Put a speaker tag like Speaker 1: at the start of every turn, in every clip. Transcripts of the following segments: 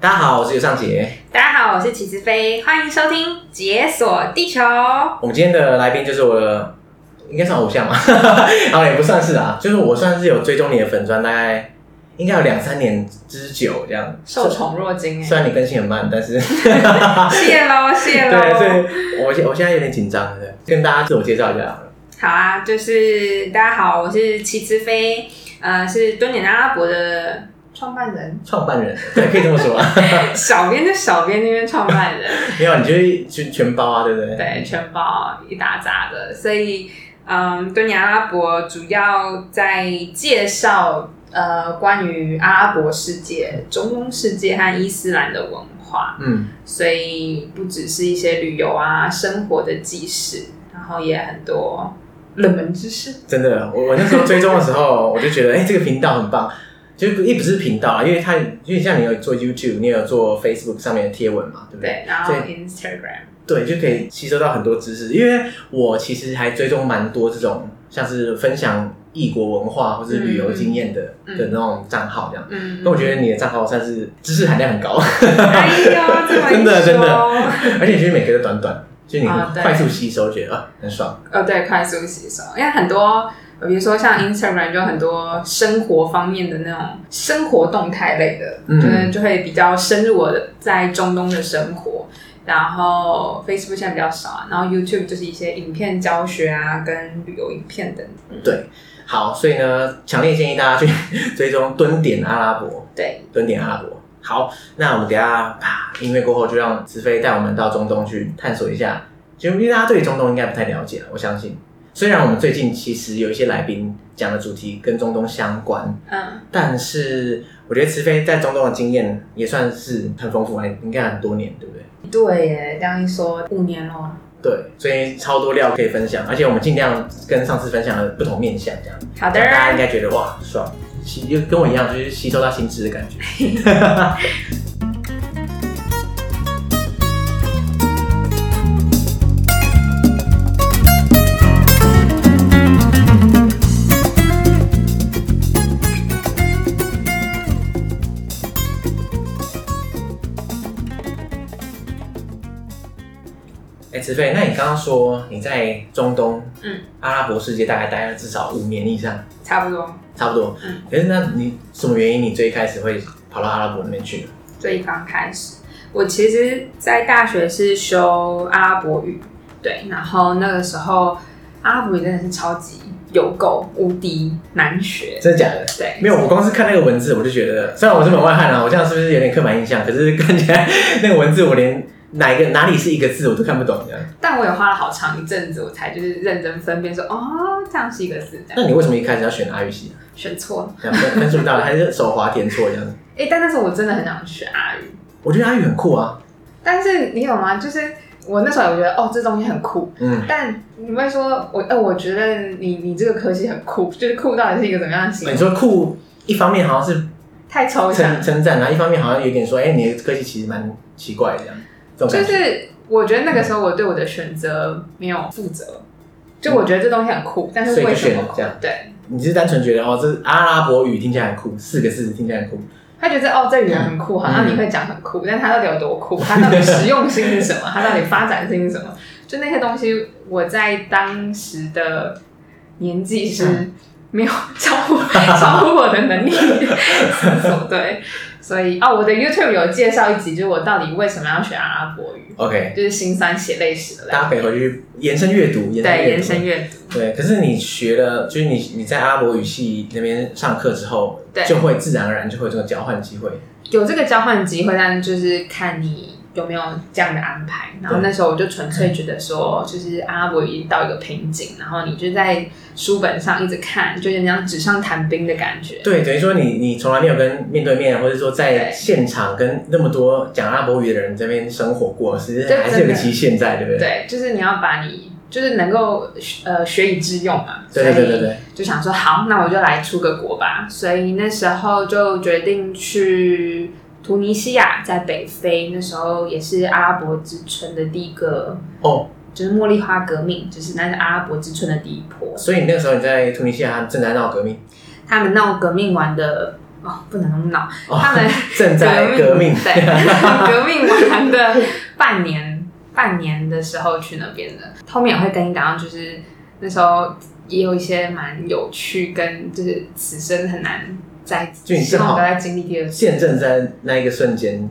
Speaker 1: 大家好，我是尤尚杰。
Speaker 2: 大家好，我是齐子飞，欢迎收听《解锁地球》。
Speaker 1: 我们今天的来宾就是我的，应该算偶 像嘛，啊也不算是啊，就是我算是有追踪你的粉砖，大概应该有两三年之久这样。
Speaker 2: 受宠若惊欸
Speaker 1: 虽然你更新很慢，但是
Speaker 2: 哎，谢喽谢
Speaker 1: 啊 对，所
Speaker 2: 喽。
Speaker 1: 以我现我现在有点紧张，对，跟大家自我介绍一下好了。
Speaker 2: 好啊，就是大家好，我是齐子飞，呃，是蹲点阿拉伯的创办人，
Speaker 1: 创办人， 对，可以这么说，
Speaker 2: 小编就小编那边创办人，
Speaker 1: 没有，你就是全全包啊，对不对？
Speaker 2: 对，全包一打杂的，所以嗯，蹲点阿拉伯主要在介绍呃关于阿拉伯世界、中东世界和伊斯兰的文化。
Speaker 1: 嗯，
Speaker 2: 所以不只是一些旅游啊、生活的纪事，然后也很多冷门知识。
Speaker 1: 真的，我我那时候追踪的时候， 我就觉得，哎、这个频道很棒。就是也不是频道啊，因为它因为像你有做 YouTube，你也有做 Facebook 上面的贴文嘛，对不对？
Speaker 2: 对，然后
Speaker 1: 所
Speaker 2: Instagram，
Speaker 1: 对，就可以吸收到很多知识。因为我其实还追踪蛮多这种像是分享异国文化或是旅游经验的、
Speaker 2: 嗯嗯
Speaker 1: 的那种账号这样。
Speaker 2: 嗯，
Speaker 1: 那、我觉得你的账号算是知识含量很高，
Speaker 2: 得，哎呦，这么一
Speaker 1: 真的真的
Speaker 2: 说，
Speaker 1: 而且其实每个都短短，就你
Speaker 2: 啊对
Speaker 1: 快速吸收，觉得啊很爽。
Speaker 2: 哦，对，快速吸收，因为很多。比如说像 Instagram 就很多生活方面的那种生活动态类的，
Speaker 1: 嗯
Speaker 2: 就是就会比较深入我的在中东的生活。然后 Facebook 现在比较少啊，然后 YouTube 就是一些影片教学啊，跟旅游影片等等。
Speaker 1: 对，好，所以呢，强烈建议大家去 追踪蹲点阿拉伯，
Speaker 2: 对，
Speaker 1: 蹲点阿拉伯。好，那我们等一下啊，音乐过后就让子飞带我们到中东去探索一下。就因为大家对中东应该不太了解，啊我相信。虽然我们最近其实有一些来宾讲的主题跟中东相关，
Speaker 2: 嗯，
Speaker 1: 但是我觉得慈飞在中东的经验也算是很丰富，应该很多年，对不对？
Speaker 2: 对耶，这样一说，五年了。
Speaker 1: 对，所以超多料可以分享，而且我们尽量跟上次分享的不同面向，这样
Speaker 2: 好的
Speaker 1: 大，家应该觉得哇爽，吸就跟我一样，就是吸收到新知的感觉。 哎，子飞，那你刚刚说你在中东，
Speaker 2: 嗯，
Speaker 1: 阿拉伯世界大概待了至少五年以上，
Speaker 2: 差不多。
Speaker 1: 差不多。
Speaker 2: 嗯，
Speaker 1: 可是那你什么原因，你最开始会跑到阿拉伯那边去呢？
Speaker 2: 最刚开始，我其实，在大学是修阿拉伯语，对，然后那个时候阿拉伯语真的是超级有够无敌难学，
Speaker 1: 真的假的？
Speaker 2: 对，
Speaker 1: 没有，我光是看那个文字，我就觉得，虽然我是门外汉啊，我这样是不是有点刻板印象？可是看起来那个文字，我连哪一个哪里是一个字我都看不懂这样。
Speaker 2: 但我也花了好长一阵子，我才就是认真分辨说，哦，这样是一个字，这样
Speaker 1: 那你为什么一开始要选阿语系啊？
Speaker 2: 选错了。
Speaker 1: 这样分分数不到了，还是手滑填错这样？
Speaker 2: 哎、但那时候我真的很想学阿语，
Speaker 1: 我觉得阿语很酷啊，
Speaker 2: 但是你有吗？就是我那时候有觉得，哦，这东西很酷，
Speaker 1: 嗯，
Speaker 2: 但你会说，我哎、我觉得你你这个科系很酷，就是酷到底是一个怎么样的形
Speaker 1: 你
Speaker 2: 容？
Speaker 1: 说酷，一方面好像是
Speaker 2: 太抽象
Speaker 1: 称，称赞，然后一方面好像有点说，哎、你的科技其实蛮奇怪的这样，这种
Speaker 2: 就
Speaker 1: 感觉。
Speaker 2: 是我觉得那个时候我对我的选择没有负责，就我觉得这东西很酷，但是
Speaker 1: 所以
Speaker 2: 为
Speaker 1: 就
Speaker 2: 什
Speaker 1: 选
Speaker 2: 么
Speaker 1: 了这样？
Speaker 2: 对，
Speaker 1: 你是单纯觉得哦，这是阿拉伯语听起来很酷，四个字听起来很酷，
Speaker 2: 他觉得哦，这语言很酷，好像你会讲很酷，但它到底有多酷？它到底实用性是什么？它到底发展性是什么？就那些东西，我在当时的年纪是没有超乎 超乎我的能力思索，对，所以哦，我的 YouTube 有介绍一集，就是我到底为什么要学阿拉伯语，
Speaker 1: OK，
Speaker 2: 就是辛酸血泪史的
Speaker 1: 大家可以回去延伸阅读，延伸阅
Speaker 2: 对
Speaker 1: 读
Speaker 2: 延伸阅读，
Speaker 1: 对，可是你学了，就是你你在阿拉伯语系那边上课之后，
Speaker 2: 对
Speaker 1: 就会自然而然就会有这个交换机会。
Speaker 2: 有这个交换机会，但就是看你有没有这样的安排。然后
Speaker 1: 对
Speaker 2: 那时候我就纯粹觉得说，就是阿拉伯语已经到一个瓶颈，然后你就在书本上一直看，就有点像纸上谈兵的感觉。
Speaker 1: 对，等于说你你从来没有跟面对面，或者说在
Speaker 2: 对
Speaker 1: 现场跟那么多讲阿拉伯语的人这边生活过，其实
Speaker 2: 这
Speaker 1: 还是有
Speaker 2: 真
Speaker 1: 个
Speaker 2: 的
Speaker 1: 极限在，对不对？
Speaker 2: 对，就是你要把你就是能够呃学以致用嘛。
Speaker 1: 对对对对
Speaker 2: 所以
Speaker 1: 对，
Speaker 2: 就想说好，那我就来出个国吧。所以那时候就决定去突尼西亚，在北非，那时候也是阿拉伯之春的第一个
Speaker 1: 哦，
Speaker 2: 就是茉莉花革命，就是那是阿拉伯之春的第一波。
Speaker 1: 所以你那个时候你在突尼西亚正在闹革命，
Speaker 2: 他们闹革命完的哦，不能用闹，
Speaker 1: 哦
Speaker 2: 他们
Speaker 1: 正在革命，
Speaker 2: 对革命完的半年半年的时候去那边的，后面也会跟你讲到，就是那时候也有一些蛮有趣，跟就是此生很难再
Speaker 1: 就你
Speaker 2: 希
Speaker 1: 正
Speaker 2: 望
Speaker 1: 好
Speaker 2: 不要再经历第二次。
Speaker 1: 见证在那一个瞬间，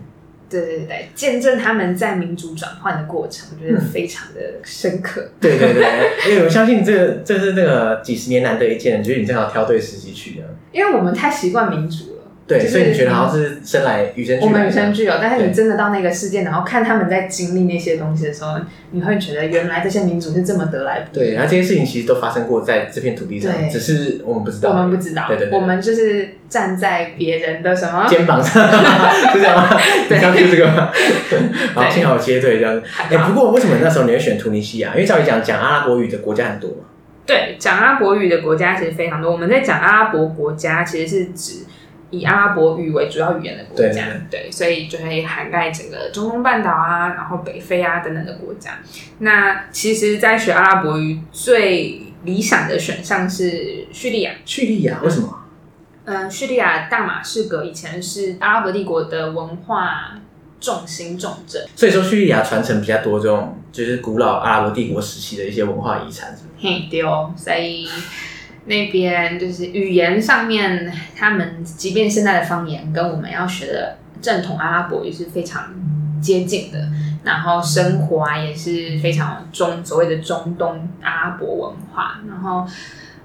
Speaker 2: 对对对对，见证他们在民主转换的过程，我
Speaker 1: 嗯
Speaker 2: 觉得非常的深刻。
Speaker 1: 对对对，因为我相信这个这是这个几十年难得一见，觉得你正好挑对时机去的，
Speaker 2: 因为我们太习惯民主了，
Speaker 1: 对，
Speaker 2: 就是
Speaker 1: 所以你觉得好像是生来与生俱来的，
Speaker 2: 我们与生俱有，但是你
Speaker 1: 对
Speaker 2: 真的到那个世界，然后看他们在经历那些东西的时候，你会觉得原来这些民主是这么得来不易。
Speaker 1: 对，然后这些事情其实都发生过在这片土地上，
Speaker 2: 对
Speaker 1: 只是我们不知道，
Speaker 2: 我们不知道，
Speaker 1: 对对对，
Speaker 2: 我们就是站在别人的什么
Speaker 1: 肩膀上 是这样吗？
Speaker 2: 对
Speaker 1: 你上去这个 吗？好，幸好接对这样子。哎、不过为什么那时候你会选突尼西亚？因为照理讲，讲阿拉伯语的国家很多嘛。
Speaker 2: 对讲阿拉伯语的国家其实非常多。我们在讲阿拉伯国家，其实是指以阿拉伯语为主要语言的国家，对所以就会涵盖整个中东半岛啊，然后北非啊等等的国家。那其实，在学阿拉伯语最理想的选项是叙利亚。
Speaker 1: 叙利亚为什么？
Speaker 2: 嗯，叙利亚大马士革以前是阿拉伯帝国的文化重心重镇。
Speaker 1: 所以说叙利亚传承比较多这种，就是古老阿拉伯帝国时期的一些文化遗产是吗
Speaker 2: 嘿，对哦，所以那边就是语言上面，他们即便现在的方言跟我们要学的正统阿拉伯语是非常接近的，然后生活啊也是非常中所谓的中东阿拉伯文化，然后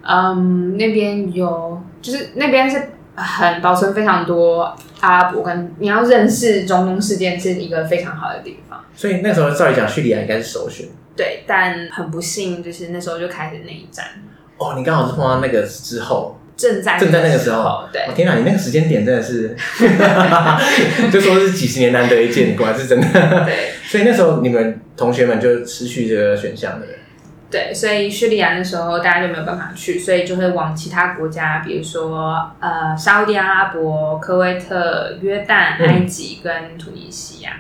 Speaker 2: 嗯，那边有就是那边是。很保存非常多阿拉伯跟你要认识中东世界是一个非常好的地方。
Speaker 1: 所以那时候照理讲，叙利亚应该是首选。
Speaker 2: 对，但很不幸，就是那时候就开始内战，
Speaker 1: 哦，你刚好是碰到那个之后，
Speaker 2: 正在
Speaker 1: 正在那个时候
Speaker 2: 候，对
Speaker 1: 我、，天哪，你那个时间点真的是， 就说是几十年难得一见，果然是真的。
Speaker 2: 对
Speaker 1: 所以那时候你们同学们就失去这个选项的人。
Speaker 2: 对，所以叙利亚那时候大家就没有办法去，所以就会往其他国家，比如说呃沙烏地阿拉伯、科威特、约旦、
Speaker 1: 嗯
Speaker 2: 埃及跟土尼西亚。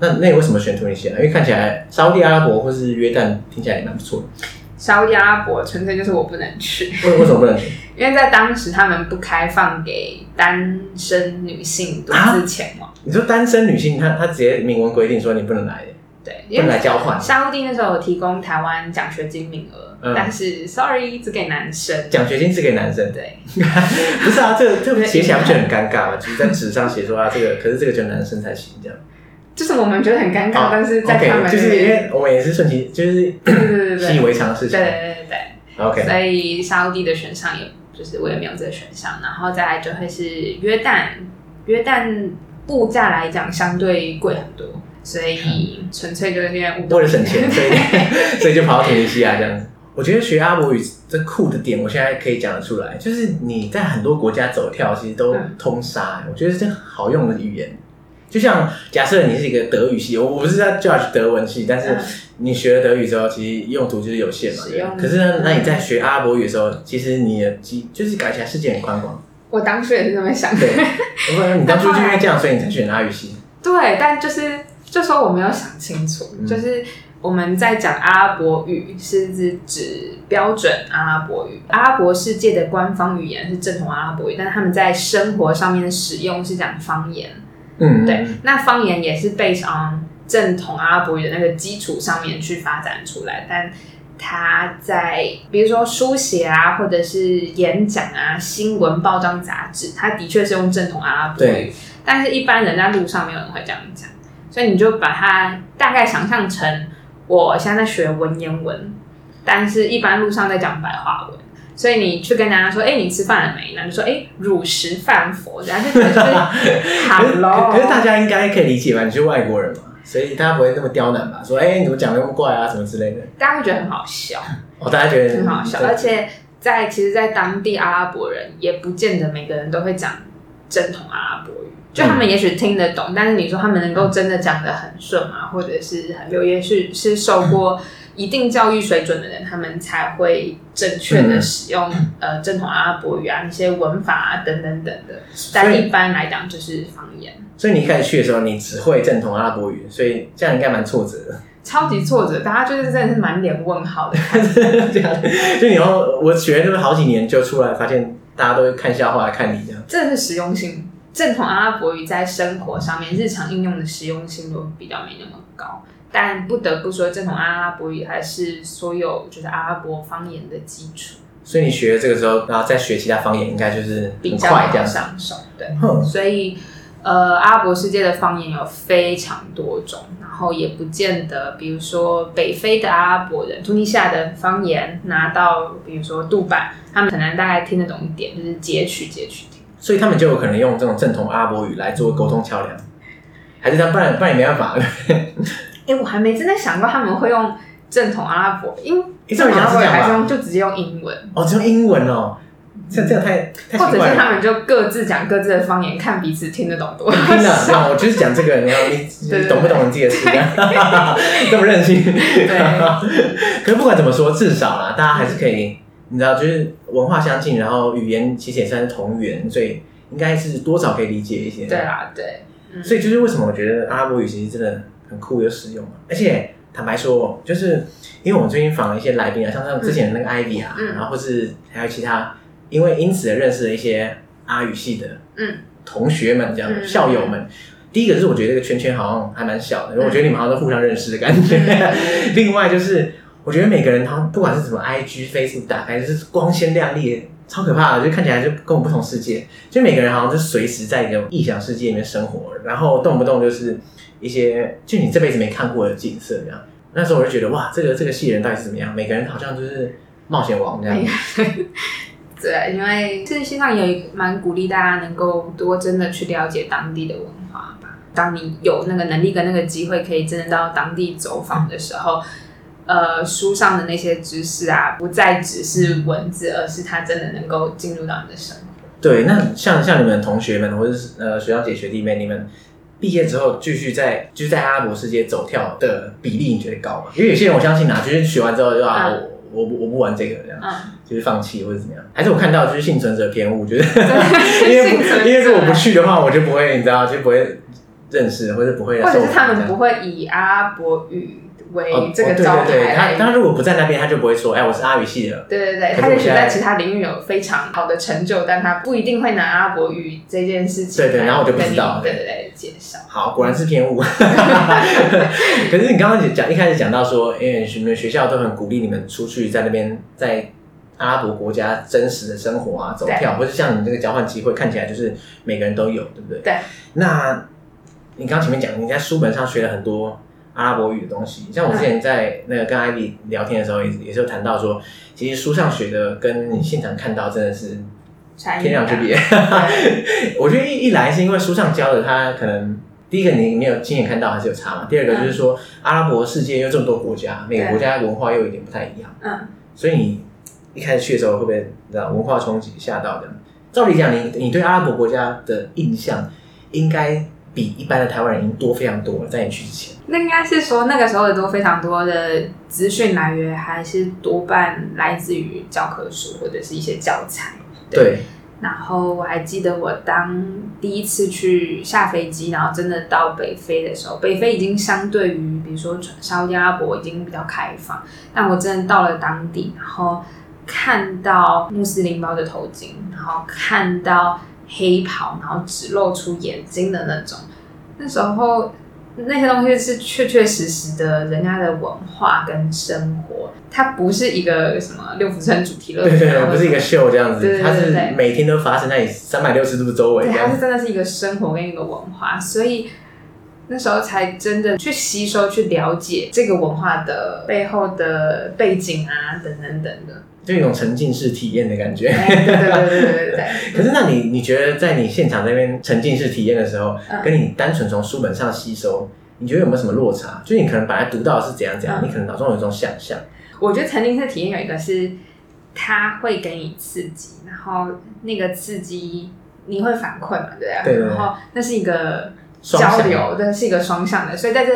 Speaker 1: 那那你为什么选突尼西亚？因为看起来沙烏地阿拉伯或是約旦听起来也蛮不错的，
Speaker 2: 沙烏地阿拉伯纯粹就是我不能去，
Speaker 1: 为为什么不能选？
Speaker 2: 因为在当时他们不开放给单身女性独
Speaker 1: 啊
Speaker 2: 自前往。
Speaker 1: 你说单身女性，她她直接明文规定说你不能来，
Speaker 2: 对，
Speaker 1: 不
Speaker 2: 因
Speaker 1: 能
Speaker 2: 为
Speaker 1: 来交换，
Speaker 2: 沙烏地那时候有提供台湾奖学金名额，
Speaker 1: 嗯
Speaker 2: 但是 sorry 只给男生。
Speaker 1: 奖学金是给男生的。
Speaker 2: 对，
Speaker 1: 不是啊，这个这个写起来不就很尴尬吗？就是在纸上写说啊，这个可是这个只有男生才行这样。
Speaker 2: 就是我们觉得很尴尬，
Speaker 1: 啊
Speaker 2: 但是在他们
Speaker 1: OK，就是因为我们也是顺其，就是
Speaker 2: 对对对对对
Speaker 1: 习以为常的事
Speaker 2: 对
Speaker 1: 情。
Speaker 2: 对对对。
Speaker 1: OK，
Speaker 2: 所以沙烏地的选项也就是我也没有这个选项，然后再来就会是约旦，约旦物价来讲相对贵很多，所以纯粹就是因为无
Speaker 1: 为了省钱，所以 所以就跑到突尼西亚这样子。我觉得学阿拉伯语这酷的点，我现在可以讲得出来，就是你在很多国家走跳，其实都
Speaker 2: 嗯
Speaker 1: 通杀、我觉得这好用的语言，就像假设你是一个德语系，我我不是在 judge 德文系，但是
Speaker 2: 嗯
Speaker 1: 你学了德语之后，其实用途就是有限嘛。
Speaker 2: 使
Speaker 1: 对
Speaker 2: 用
Speaker 1: 可是呢，那你在学阿拉伯语的时候，其实你的机就是改起来世界很宽广。
Speaker 2: 我当初也是这么想的，
Speaker 1: 对，我不然你当初就因为这样，所以你才选阿语系。
Speaker 2: 对，但就是就说我没有想清楚，
Speaker 1: 嗯
Speaker 2: 就是我们在讲阿拉伯语是指指标准阿拉伯语，阿拉伯世界的官方语言是正统阿拉伯语，但是他们在生活上面的使用是讲方言。
Speaker 1: 嗯，
Speaker 2: 对，那方言也是 based on 正统阿拉伯语的那个基础上面去发展出来，但它在比如说书写啊，或者是演讲啊、新闻、报章、杂志，它的确是用正统阿拉伯语
Speaker 1: 对，
Speaker 2: 但是一般人在路上没有人会这样讲，所以你就把它大概想象成我现在在学文言文，但是一般路上在讲白话文。所以你去跟大家说，哎、你吃饭了没？然后就说，哎、乳食饭佛，然后就觉得就 是
Speaker 1: 可是
Speaker 2: ，hello。
Speaker 1: 可是大家应该可以理解吧？你是外国人嘛，所以大家不会那么刁难吧？说哎、你怎么讲得那么怪啊，什么之类的。
Speaker 2: 大家会觉得很好笑，
Speaker 1: 哦，大家觉得
Speaker 2: 很好笑，
Speaker 1: 对
Speaker 2: 而且在其实，在当地阿拉伯人也不见得每个人都会讲正统阿拉伯语，就他们也许听得懂，但是你说他们能够真的讲得很顺啊，或者是很流，也许是受过一定教育水准的人，他们才会正确的使用、呃正统阿拉伯语啊，那些文法啊等等等的，但一般来讲就是方言。
Speaker 1: 所以你一开始去的时候，你只会正统阿拉伯语，所以这样应该蛮挫折的。
Speaker 2: 超级挫折，大家就是真的是满脸问号的看着
Speaker 1: 这样，就你要我学就是好几年就出来，发现大家都会看笑话来看你这样。的，
Speaker 2: 这是实用性。正统阿拉伯语在生活上面日常应用的实用性都比较没那么高，但不得不说，正统阿拉伯语还是所有就是阿拉伯方言的基础，
Speaker 1: 所以你学了这个之后，然后再学其他方言，应该就是
Speaker 2: 比
Speaker 1: 很
Speaker 2: 较
Speaker 1: 快这
Speaker 2: 好
Speaker 1: 样子。
Speaker 2: 上手。对，
Speaker 1: 哼，
Speaker 2: 所以呃，阿拉伯世界的方言有非常多种，然后也不见得，比如说北非的阿拉伯人、突尼西亚的方言拿到，比如说杜拜，他们可能大概听得懂一点，就是截取截取听。
Speaker 1: 所以他们就有可能用这种正统阿拉伯语来做沟通桥梁，还是这样，不然不然也没办法。
Speaker 2: 哎，我还没真的想过他们会用正统阿拉伯，因
Speaker 1: 诶
Speaker 2: 正统阿拉伯
Speaker 1: 这么讲是这样吧
Speaker 2: 还是用就直接用英文，
Speaker 1: 哦，只用英文哦，这这样太太
Speaker 2: 或
Speaker 1: 奇
Speaker 2: 者
Speaker 1: 怪
Speaker 2: 是他
Speaker 1: 了。
Speaker 2: 们就各自讲各自的方言，看彼此听得懂多
Speaker 1: 你听了，
Speaker 2: 少。
Speaker 1: 那我就是讲这个，你要你
Speaker 2: 对
Speaker 1: 你懂不懂你自己的事啊？ 这么任性。对。可是不管怎么说，至少啦，大家还是可以，你知道，就是文化相近，然后语言其实也算是同源，所以应该是多少可以理解一些。
Speaker 2: 对啊，对，嗯
Speaker 1: 所以就是为什么我觉得阿拉伯语其实真的很酷又实用嘛，而且坦白说，就是因为我最近访了一些来宾啊，像像之前的那个 Ivy 啊，
Speaker 2: 嗯
Speaker 1: 然后或是还有其他，因为因此而认识了一些阿语系的
Speaker 2: 嗯
Speaker 1: 同学们这样、
Speaker 2: 嗯
Speaker 1: 校友们。第一个就是我觉得这个圈圈好像还蛮小的，因为我觉得你们好像都互相认识的感觉。
Speaker 2: 嗯
Speaker 1: 另外就是我觉得每个人他们不管是什么 IG、Facebook 打开，就是光鲜亮丽，超可怕的，就看起来就跟我不同世界。就每个人好像就随时在一个异想世界里面生活，然后动不动就是一些就你这辈子没看过的景色这样。那时候我就觉得哇，这个这个戏人到底是怎么样？每个人好像就是冒险王这样。
Speaker 2: 对，因为这线上也蛮鼓励大家能够多真的去了解当地的文化吧。当你有那个能力跟那个机会，可以真的到当地走访的时候，呃，书上的那些知识啊，不再只是文字，而是它真的能够进入到你的生活。
Speaker 1: 对，那像像你们同学们或者是呃学长姐学弟妹，你们毕业之后继续在就是在阿拉伯世界走跳的比例，你觉得高吗？因为有些人我相信啊，就是学完之后就啊，
Speaker 2: 嗯
Speaker 1: 我我不我不玩这个这样。
Speaker 2: 嗯，
Speaker 1: 就是放弃或者怎么样，还是我看到就是幸存者偏误，觉得嗯
Speaker 2: 对
Speaker 1: 因为
Speaker 2: 幸存者
Speaker 1: 因为如果不去的话，我就不会你知道就不会认识或者不会受
Speaker 2: 或
Speaker 1: 访这
Speaker 2: 者
Speaker 1: 样，
Speaker 2: 是他们不会以阿拉伯语
Speaker 1: 哦
Speaker 2: 为这个
Speaker 1: 哦
Speaker 2: 招牌
Speaker 1: 对对对，
Speaker 2: 来
Speaker 1: 他他如果不在那边，他就不会说哎我是阿语系的，
Speaker 2: 对对对，
Speaker 1: 可是
Speaker 2: 他
Speaker 1: 我
Speaker 2: 也许
Speaker 1: 现在
Speaker 2: 在其他领域有非常好的成就，但他不一定会拿阿拉伯语这件事情。
Speaker 1: 对对然后我就不知道
Speaker 2: 对对对，介绍。
Speaker 1: 好，果然是偏误。 可是你刚刚讲一开始讲到说，因为你们学校都很鼓励你们出去在那边在阿拉伯国家真实的生活啊，走跳，或者像你这个交换机会，看起来就是每个人都有，对不对？
Speaker 2: 对。
Speaker 1: 那你刚刚前面讲你在书本上学了很多阿拉伯语的东西，像我之前在那个跟艾比聊天的时候，也也是有谈到说，其实书上学的跟你现场看到真的是
Speaker 2: 差异
Speaker 1: 天壤之别。
Speaker 2: 大。对
Speaker 1: 我觉得一一来是因为书上教的，它可能第一个你没有亲眼看到还是有差嘛，第二个就是
Speaker 2: 嗯
Speaker 1: 说、阿拉伯世界又这么多国家，每个国家文化又有点不太一样，
Speaker 2: 嗯，
Speaker 1: 所以你一开始去的时候会不会你知道文化冲击吓到这样？照理讲，你你对阿拉伯国家的印象应该比一般的台湾人已经多非常多了，在你去之前，
Speaker 2: 那应该是说那个时候有多非常多的资讯来源，还是多半来自于教科书或者是一些教材。对
Speaker 1: 对，
Speaker 2: 然后我还记得我当第一次去下飞机，然后真的到北非的时候，北非已经相对于比如说沙特阿拉伯已经比较开放，但我真的到了当地，然后看到穆斯林包着头巾，然后看到黑袍，然后只露出眼睛的那种，那时候那些东西是确确实实的人家的文化跟生活，它不是一个什么六福村主题乐
Speaker 1: 对
Speaker 2: 园
Speaker 1: 对对，
Speaker 2: 啊，或
Speaker 1: 不
Speaker 2: 者
Speaker 1: 是一个秀这样
Speaker 2: 对
Speaker 1: 子，
Speaker 2: 对对
Speaker 1: 它是
Speaker 2: 对
Speaker 1: 每天都发生在你三百六十度周围
Speaker 2: 对，
Speaker 1: 这
Speaker 2: 它
Speaker 1: 样
Speaker 2: 是
Speaker 1: 子，
Speaker 2: 真的是一个生活跟一个文化，所以那时候才真的去吸收、去了解这个文化的背后的背景啊，等等等的。
Speaker 1: 就有一种沉浸式体验的感觉。
Speaker 2: 哎对对对对对对对。
Speaker 1: 可是，那你你觉得在你现场那边沉浸式体验的时候，
Speaker 2: 嗯
Speaker 1: 跟你单纯从书本上吸收，你觉得有没有什么落差？就是你可能本来读到的是怎样怎样，
Speaker 2: 嗯
Speaker 1: 你可能脑中有一种想象，
Speaker 2: 我觉得沉浸式体验有一个是，它会给你刺激，然后那个刺激你会反馈嘛，对不
Speaker 1: 对对对
Speaker 2: 然后那是一个
Speaker 1: 双向
Speaker 2: 交流，这是一个双向的，所以在这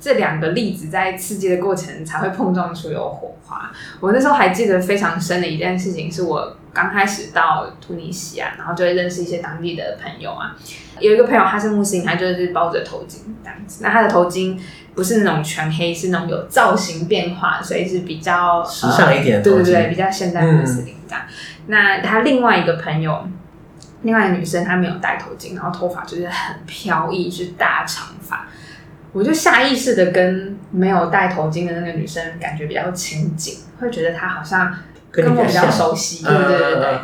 Speaker 2: 这两个例子在刺激的过程才会碰撞出有火花。我那时候还记得非常深的一件事情，是我刚开始到突尼西亚，然后就会认识一些当地的朋友啊，有一个朋友他是穆斯林，他就是包着头巾这样子。那他的头巾不是那种全黑，是那种有造型变化，所以是比较呃
Speaker 1: 时尚一点的
Speaker 2: 对
Speaker 1: 头巾
Speaker 2: 对对，比较现代穆斯林这样。那他另外一个朋友，另外一个女生她没有戴头巾，然后头发就是很飘逸，是大长发。我就下意识的跟没有戴头巾的那个女生感觉比较亲近，会觉得她好像
Speaker 1: 跟你
Speaker 2: 跟我
Speaker 1: 比
Speaker 2: 比
Speaker 1: 较
Speaker 2: 较
Speaker 1: 像
Speaker 2: 熟悉，对对对
Speaker 1: 嗯嗯
Speaker 2: 对
Speaker 1: 嗯。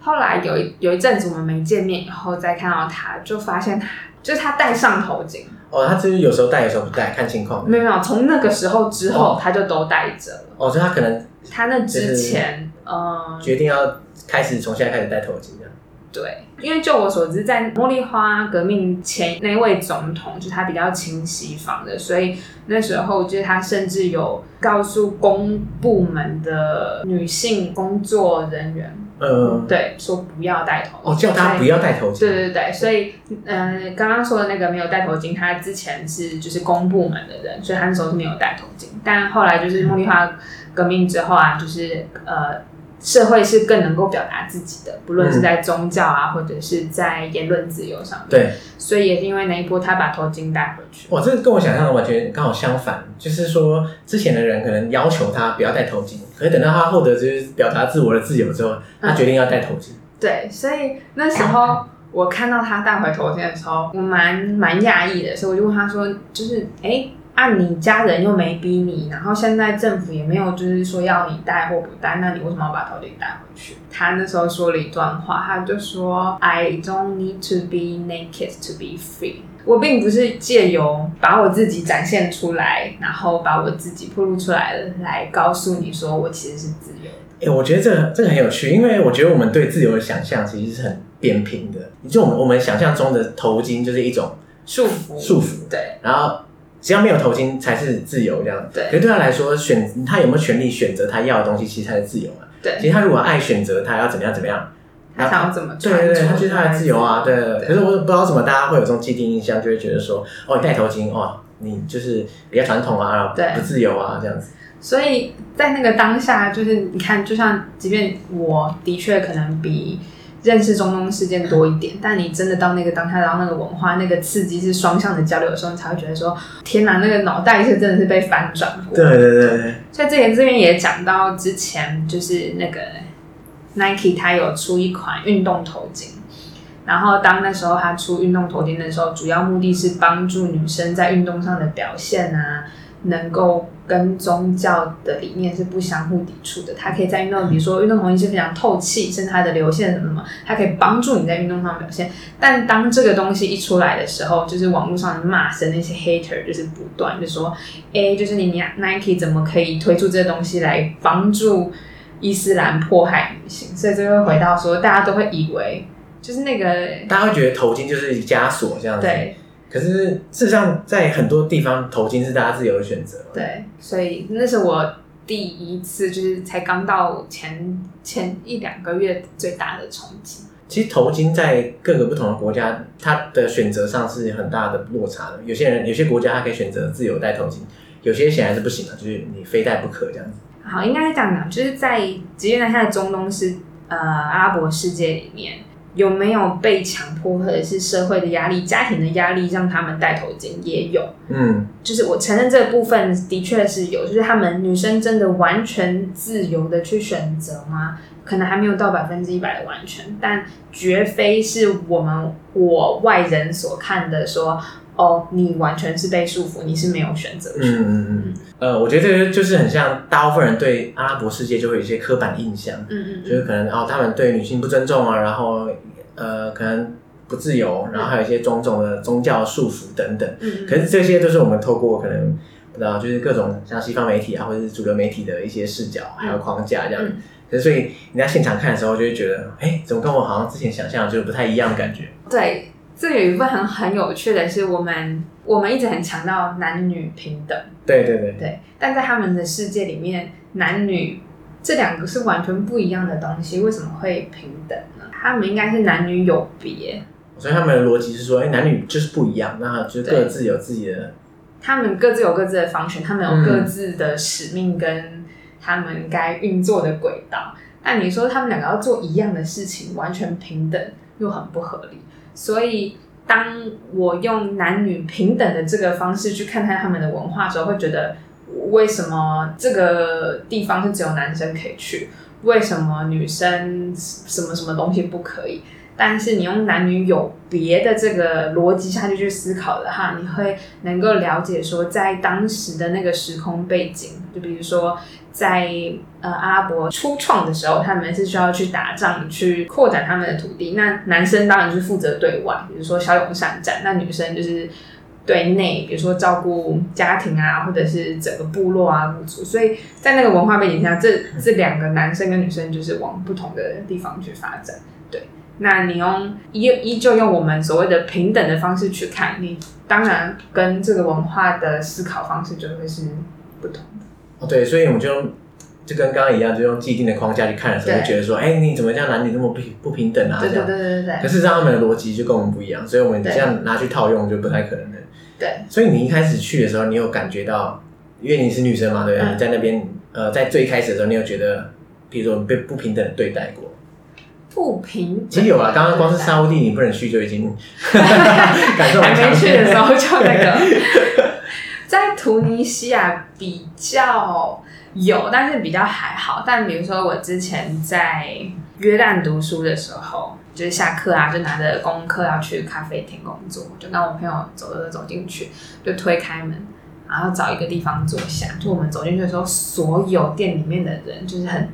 Speaker 2: 后来有一有一阵子我们没见面以后，再看到她，就发现她就是她戴上头巾，
Speaker 1: 哦，他就是有时候戴，有时候不戴，看情况。
Speaker 2: 没有没有，从那个时候之
Speaker 1: 哦
Speaker 2: 后她就都戴着了。
Speaker 1: 哦，所以他可能
Speaker 2: 她那之
Speaker 1: 就是
Speaker 2: 前，嗯，
Speaker 1: 决定要开始从现在开始戴头巾这样。
Speaker 2: 对，因为就我所知，在茉莉花革命前那位总统，就他比较亲西方的，所以那时候就是他甚至有告诉公部门的女性工作人员，
Speaker 1: 嗯，
Speaker 2: 对，说不要戴头巾，
Speaker 1: 哦，叫他不要戴头巾。
Speaker 2: 对。对对对，所以嗯、呃刚刚说的那个没有戴头巾，他之前是就是公部门的人，所以他那时候是没有戴头巾。但后来就是茉莉花革命之后啊，就是呃，社会是更能够表达自己的，不论是在宗教啊，或者是在言论自由上面。，
Speaker 1: 对，
Speaker 2: 所以也是因为那一波，他把头巾带回去。
Speaker 1: 哇，这跟我想象的完全刚好相反。就是说，之前的人可能要求他不要戴头巾，可是等到他获得就是表达自我的自由之后，
Speaker 2: 嗯
Speaker 1: 他决定要戴头巾。
Speaker 2: 对，所以那时候我看到他戴回头巾的时候，我蛮蛮讶异的，所以我就问他说，就是哎。诶啊，你家人又没逼你，然后现在政府也没有就是说要你戴或不戴，那你为什么要把头巾戴回去？他那时候说了一段话，他就说：“I don't need to be naked to be free。”我并不是借由把我自己展现出来，然后把我自己暴露出来了，来告诉你说我其实是自由
Speaker 1: 哎、
Speaker 2: 的。
Speaker 1: 我觉得这个这个很有趣，因为我觉得我们对自由的想象其实是很扁平的。就我们我们想象中的头巾就是一种
Speaker 2: 束缚，
Speaker 1: 束缚，
Speaker 2: 对，
Speaker 1: 然后只要没有头巾才是自由这样。
Speaker 2: 对
Speaker 1: 可是对他来说，选他有没有权利选择他要的东西，其实才是自由啊。
Speaker 2: 对
Speaker 1: 其实他如果爱选择他要怎么样怎么样，
Speaker 2: 他想要怎么
Speaker 1: 对
Speaker 2: 穿
Speaker 1: 对
Speaker 2: 着，
Speaker 1: 对，他就是他的自由啊。对对对。可是我不知道为什么大家会有这种既定印象，就会觉得说，哦，你戴头巾，哦，你就是比较传统啊，
Speaker 2: 对
Speaker 1: 不自由啊这样子。
Speaker 2: 所以在那个当下，就是你看，就像即便我的确可能比认识中东事件多一点，但你真的到那个当下，然后那个文化那个刺激是双向的交流的时候，你才会觉得说，天哪，那个脑袋是真的是被翻转过。
Speaker 1: 对对对对。
Speaker 2: 所以之前这边也讲到，之前就是那个 Nike 它有出一款运动头巾，然后当那时候它出运动头巾的时候，主要目的是帮助女生在运动上的表现啊，能够跟宗教的理念是不相互抵触的。它可以在运动，比如说运动头巾是非常透气，甚至它的流线什么什么，它可以帮助你在运动上表现。但当这个东西一出来的时候，就是网络上的骂声，那些 hater 就是不断就说，哎，就是你 Nike 怎么可以推出这东西来帮助伊斯兰迫害女性？所以这就会回到说，大家都会以为就是那个
Speaker 1: 大家会觉得头巾就是枷锁这样子，
Speaker 2: 对
Speaker 1: 可是事实上，在很多地方，头巾是大家自由的选择。
Speaker 2: 对，所以那是我第一次就是才刚到前前一两个月最大的冲击。
Speaker 1: 其实头巾在各个不同的国家，它的选择上是有很大的落差的。有些人，有些国家它可以选择自由戴头巾，有些显然是不行的，就是你非戴不可这样子。
Speaker 2: 好，应该是这样讲，就是在即便在现在中东是呃阿拉伯世界里面，有没有被强迫或者是社会的压力、家庭的压力让他们戴头巾，也有。
Speaker 1: 嗯，
Speaker 2: 就是我承认这部分的确是有，就是他们女生真的完全自由的去选择吗？可能还没有到百分之一百的完全，但绝非是我们我外人所看的说，哦，你完全是被束缚，你是没有选择权。
Speaker 1: 嗯嗯嗯，呃，我觉得这个就是很像大部分人对阿拉伯世界就会有一些刻板印象，
Speaker 2: 嗯嗯
Speaker 1: 就是
Speaker 2: 嗯，
Speaker 1: 可能哦，他们对女性不尊重啊，然后呃，可能不自由，然后还有一些种种的宗教束缚等等。
Speaker 2: 嗯
Speaker 1: 可是这些都是我们透过可能不知道，就是各种像西方媒体啊，或者是主流媒体的一些视角还有框架这样。
Speaker 2: 嗯
Speaker 1: 可是所以你在现场看的时候，就会觉得，哎、怎么跟我好像之前想象的就是不太一样的感觉？
Speaker 2: 对，这有一部分很很有趣的是，我们我们一直很强调男女平等。
Speaker 1: 对对对，
Speaker 2: 对，但在他们的世界里面，男女这两个是完全不一样的东西，为什么会平等呢？他们应该是男女有别，
Speaker 1: 所以他们的逻辑是说，哎、男女就是不一样，那就是各自有自己的，
Speaker 2: 嗯他们各自有各自的方选，他们有各
Speaker 1: 嗯
Speaker 2: 自的使命跟他们该运作的轨道。那你说他们两个要做一样的事情，完全平等又很不合理，所以。当我用男女平等的这个方式去看待他们的文化的时候，会觉得为什么这个地方是只有男生可以去？为什么女生什么什么东西不可以？但是你用男女有别的这个逻辑下去去思考的哈，你会能够了解说，在当时的那个时空背景，就比如说在呃阿拉伯初创的时候，他们是需要去打仗去扩展他们的土地，那男生当然是负责对外，比如说骁勇善战，那女生就是。对内，比如说照顾家庭啊，或者是整个部落啊、部族，所以在那个文化背景下，这这两个男生跟女生就是往不同的地方去发展。那你用依依旧用我们所谓的平等的方式去看，你当然跟这个文化的思考方式就会是不同的。
Speaker 1: 哦，对，所以我们就用就跟刚刚一样，就用既定的框架去看的时候，
Speaker 2: 对
Speaker 1: 就觉得说，哎，你怎么这样男女那么不平不平等啊？
Speaker 2: 对
Speaker 1: 这
Speaker 2: 对
Speaker 1: 样。
Speaker 2: 对对对
Speaker 1: 可
Speaker 2: 对
Speaker 1: 是让他们的逻辑就跟我们不一样，所以我们这样拿去套用就不太可能了。
Speaker 2: 对，
Speaker 1: 所以你一开始去的时候，你有感觉到，因为你是女生嘛，对不对？
Speaker 2: 嗯
Speaker 1: 你在那边，呃，在最开始的时候，你有觉得，比如说你被不平等地对
Speaker 2: 嗯
Speaker 1: 待过？
Speaker 2: 不平等。
Speaker 1: 其实有啦，
Speaker 2: 啊
Speaker 1: 刚刚光是沙乌地你不能去就已 经感受
Speaker 2: 还
Speaker 1: 蛮
Speaker 2: 没
Speaker 1: 强
Speaker 2: 去
Speaker 1: 烈
Speaker 2: 的时候就那个，在突尼西亚比较有，但是比较还好。但比如说我之前在约旦读书的时候，就是下课啊，就拿着功课要去咖啡厅工作，就跟我朋友走走走进去，就推开门。然后找一个地方坐下，就我们走进去的时候，所有店里面的人就是很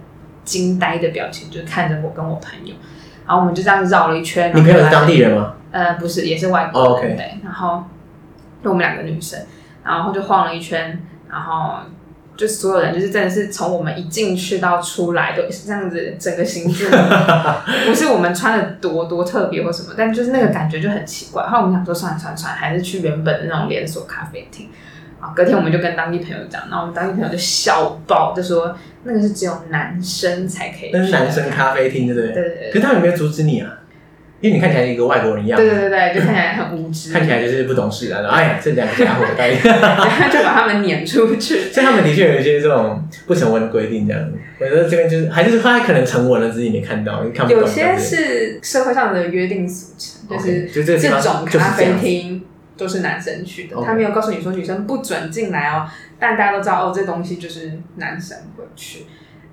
Speaker 2: 惊呆的表情，就是看着我跟我朋友，然后我们就这样绕了一圈。
Speaker 1: 你朋友
Speaker 2: 然后
Speaker 1: 是当地人吗？
Speaker 2: 呃，不是，也是外国
Speaker 1: 哦
Speaker 2: 人。
Speaker 1: ，OK
Speaker 2: 对，然后就我们两个女生，然后就晃了一圈，然后就所有人就是真的是从我们一进去到出来都是这样子，整个行进，不是我们穿的多多特别或什么，但就是那个感觉就很奇怪。后来我们想说，算了算了算了，还是去原本的那种连锁咖啡厅。啊，隔天我们就跟当地朋友讲，然后我们当地朋友就笑爆，就说那个是只有男生才可以去的，
Speaker 1: 那是男生咖啡厅，对不对？
Speaker 2: 对，对对
Speaker 1: 可是他们有没有阻止你啊？因为你看起来一个外国人一样，
Speaker 2: 对对对对，就看起来很无知，
Speaker 1: 看起来就是不懂事啊。然后哎呀，这两个家伙，大概
Speaker 2: 然后就把他们撵出去。
Speaker 1: 所以他们的确有一些这种不成文的规定，这样子。我觉得这边就是，还是他可能成文了，自己没看到，看不懂。
Speaker 2: 有些是社会上的约定俗成，就
Speaker 1: OK，
Speaker 2: 是
Speaker 1: 就这个地
Speaker 2: 这
Speaker 1: 方
Speaker 2: 种
Speaker 1: 就是
Speaker 2: 咖
Speaker 1: 这
Speaker 2: 啡
Speaker 1: 样子
Speaker 2: 厅都是男生去的，
Speaker 1: OK
Speaker 2: 他没有告诉你说女生不准进来哦，但大家都知道哦，这东西就是男生会去。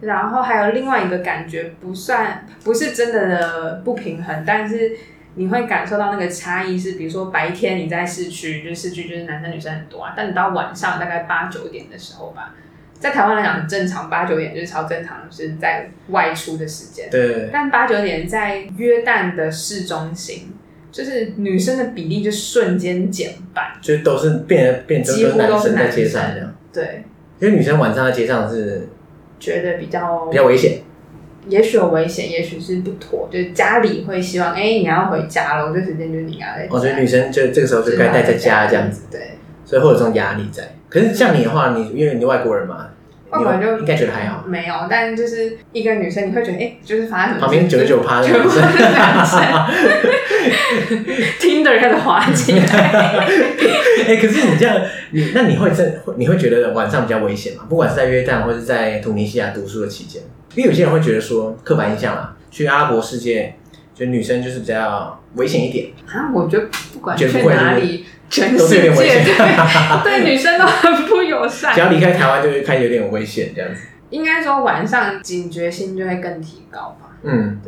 Speaker 2: 然后还有另外一个感觉，不算不是真的的不平衡，但是你会感受到那个差异是，比如说白天你在市区，就是市区就是男生女生很多啊，但你到晚上大概八九点的时候吧，在台湾来讲很正常，八九点就是超正常，就是在外出的时间。
Speaker 1: 对对对
Speaker 2: 但八九点在约旦的市中心，就是女生的比例就瞬间减半。
Speaker 1: 就都是变变成
Speaker 2: 几乎都是
Speaker 1: 男生在街上
Speaker 2: 男生
Speaker 1: 这样，
Speaker 2: 对，
Speaker 1: 因为女生晚上在街上是
Speaker 2: 觉得比较
Speaker 1: 比较危险。
Speaker 2: 也许有危险，也许是不妥，就是家里会希望，哎、你要回家了，这时间就是你要在家。
Speaker 1: 我觉得哦女生就这个时候就该待在家这样子，。
Speaker 2: 对，
Speaker 1: 所以会有这种压力在。可是像你的话，你因为你是外国人嘛，
Speaker 2: 外国人就
Speaker 1: 你应该觉得还好，
Speaker 2: 没有，但就是一个女生，你会觉得，哎、就是发生什么事
Speaker 1: 旁边九十九趴的
Speaker 2: 全
Speaker 1: 女
Speaker 2: 部是
Speaker 1: 生。
Speaker 2: 男生 ，Tinder 开始滑 起来。
Speaker 1: 哎、可是你这样，你那你会真会你会觉得晚上比较危险吗？不管是在约旦或是在突尼西亚读书的期间，因为有些人会觉得说刻板印象啊，去阿拉伯世界，就女生就是比较危险一点，
Speaker 2: 啊，我觉得不管去
Speaker 1: 觉得不会
Speaker 2: 哪里，全
Speaker 1: 都
Speaker 2: 世
Speaker 1: 是有
Speaker 2: 界
Speaker 1: 点危
Speaker 2: 对
Speaker 1: 险
Speaker 2: 对女生都很不友
Speaker 1: 只
Speaker 2: 善。
Speaker 1: 要离开台湾就会开始有点危险这样子。
Speaker 2: 应该说晚上警觉性就会更提高吧。
Speaker 1: 嗯，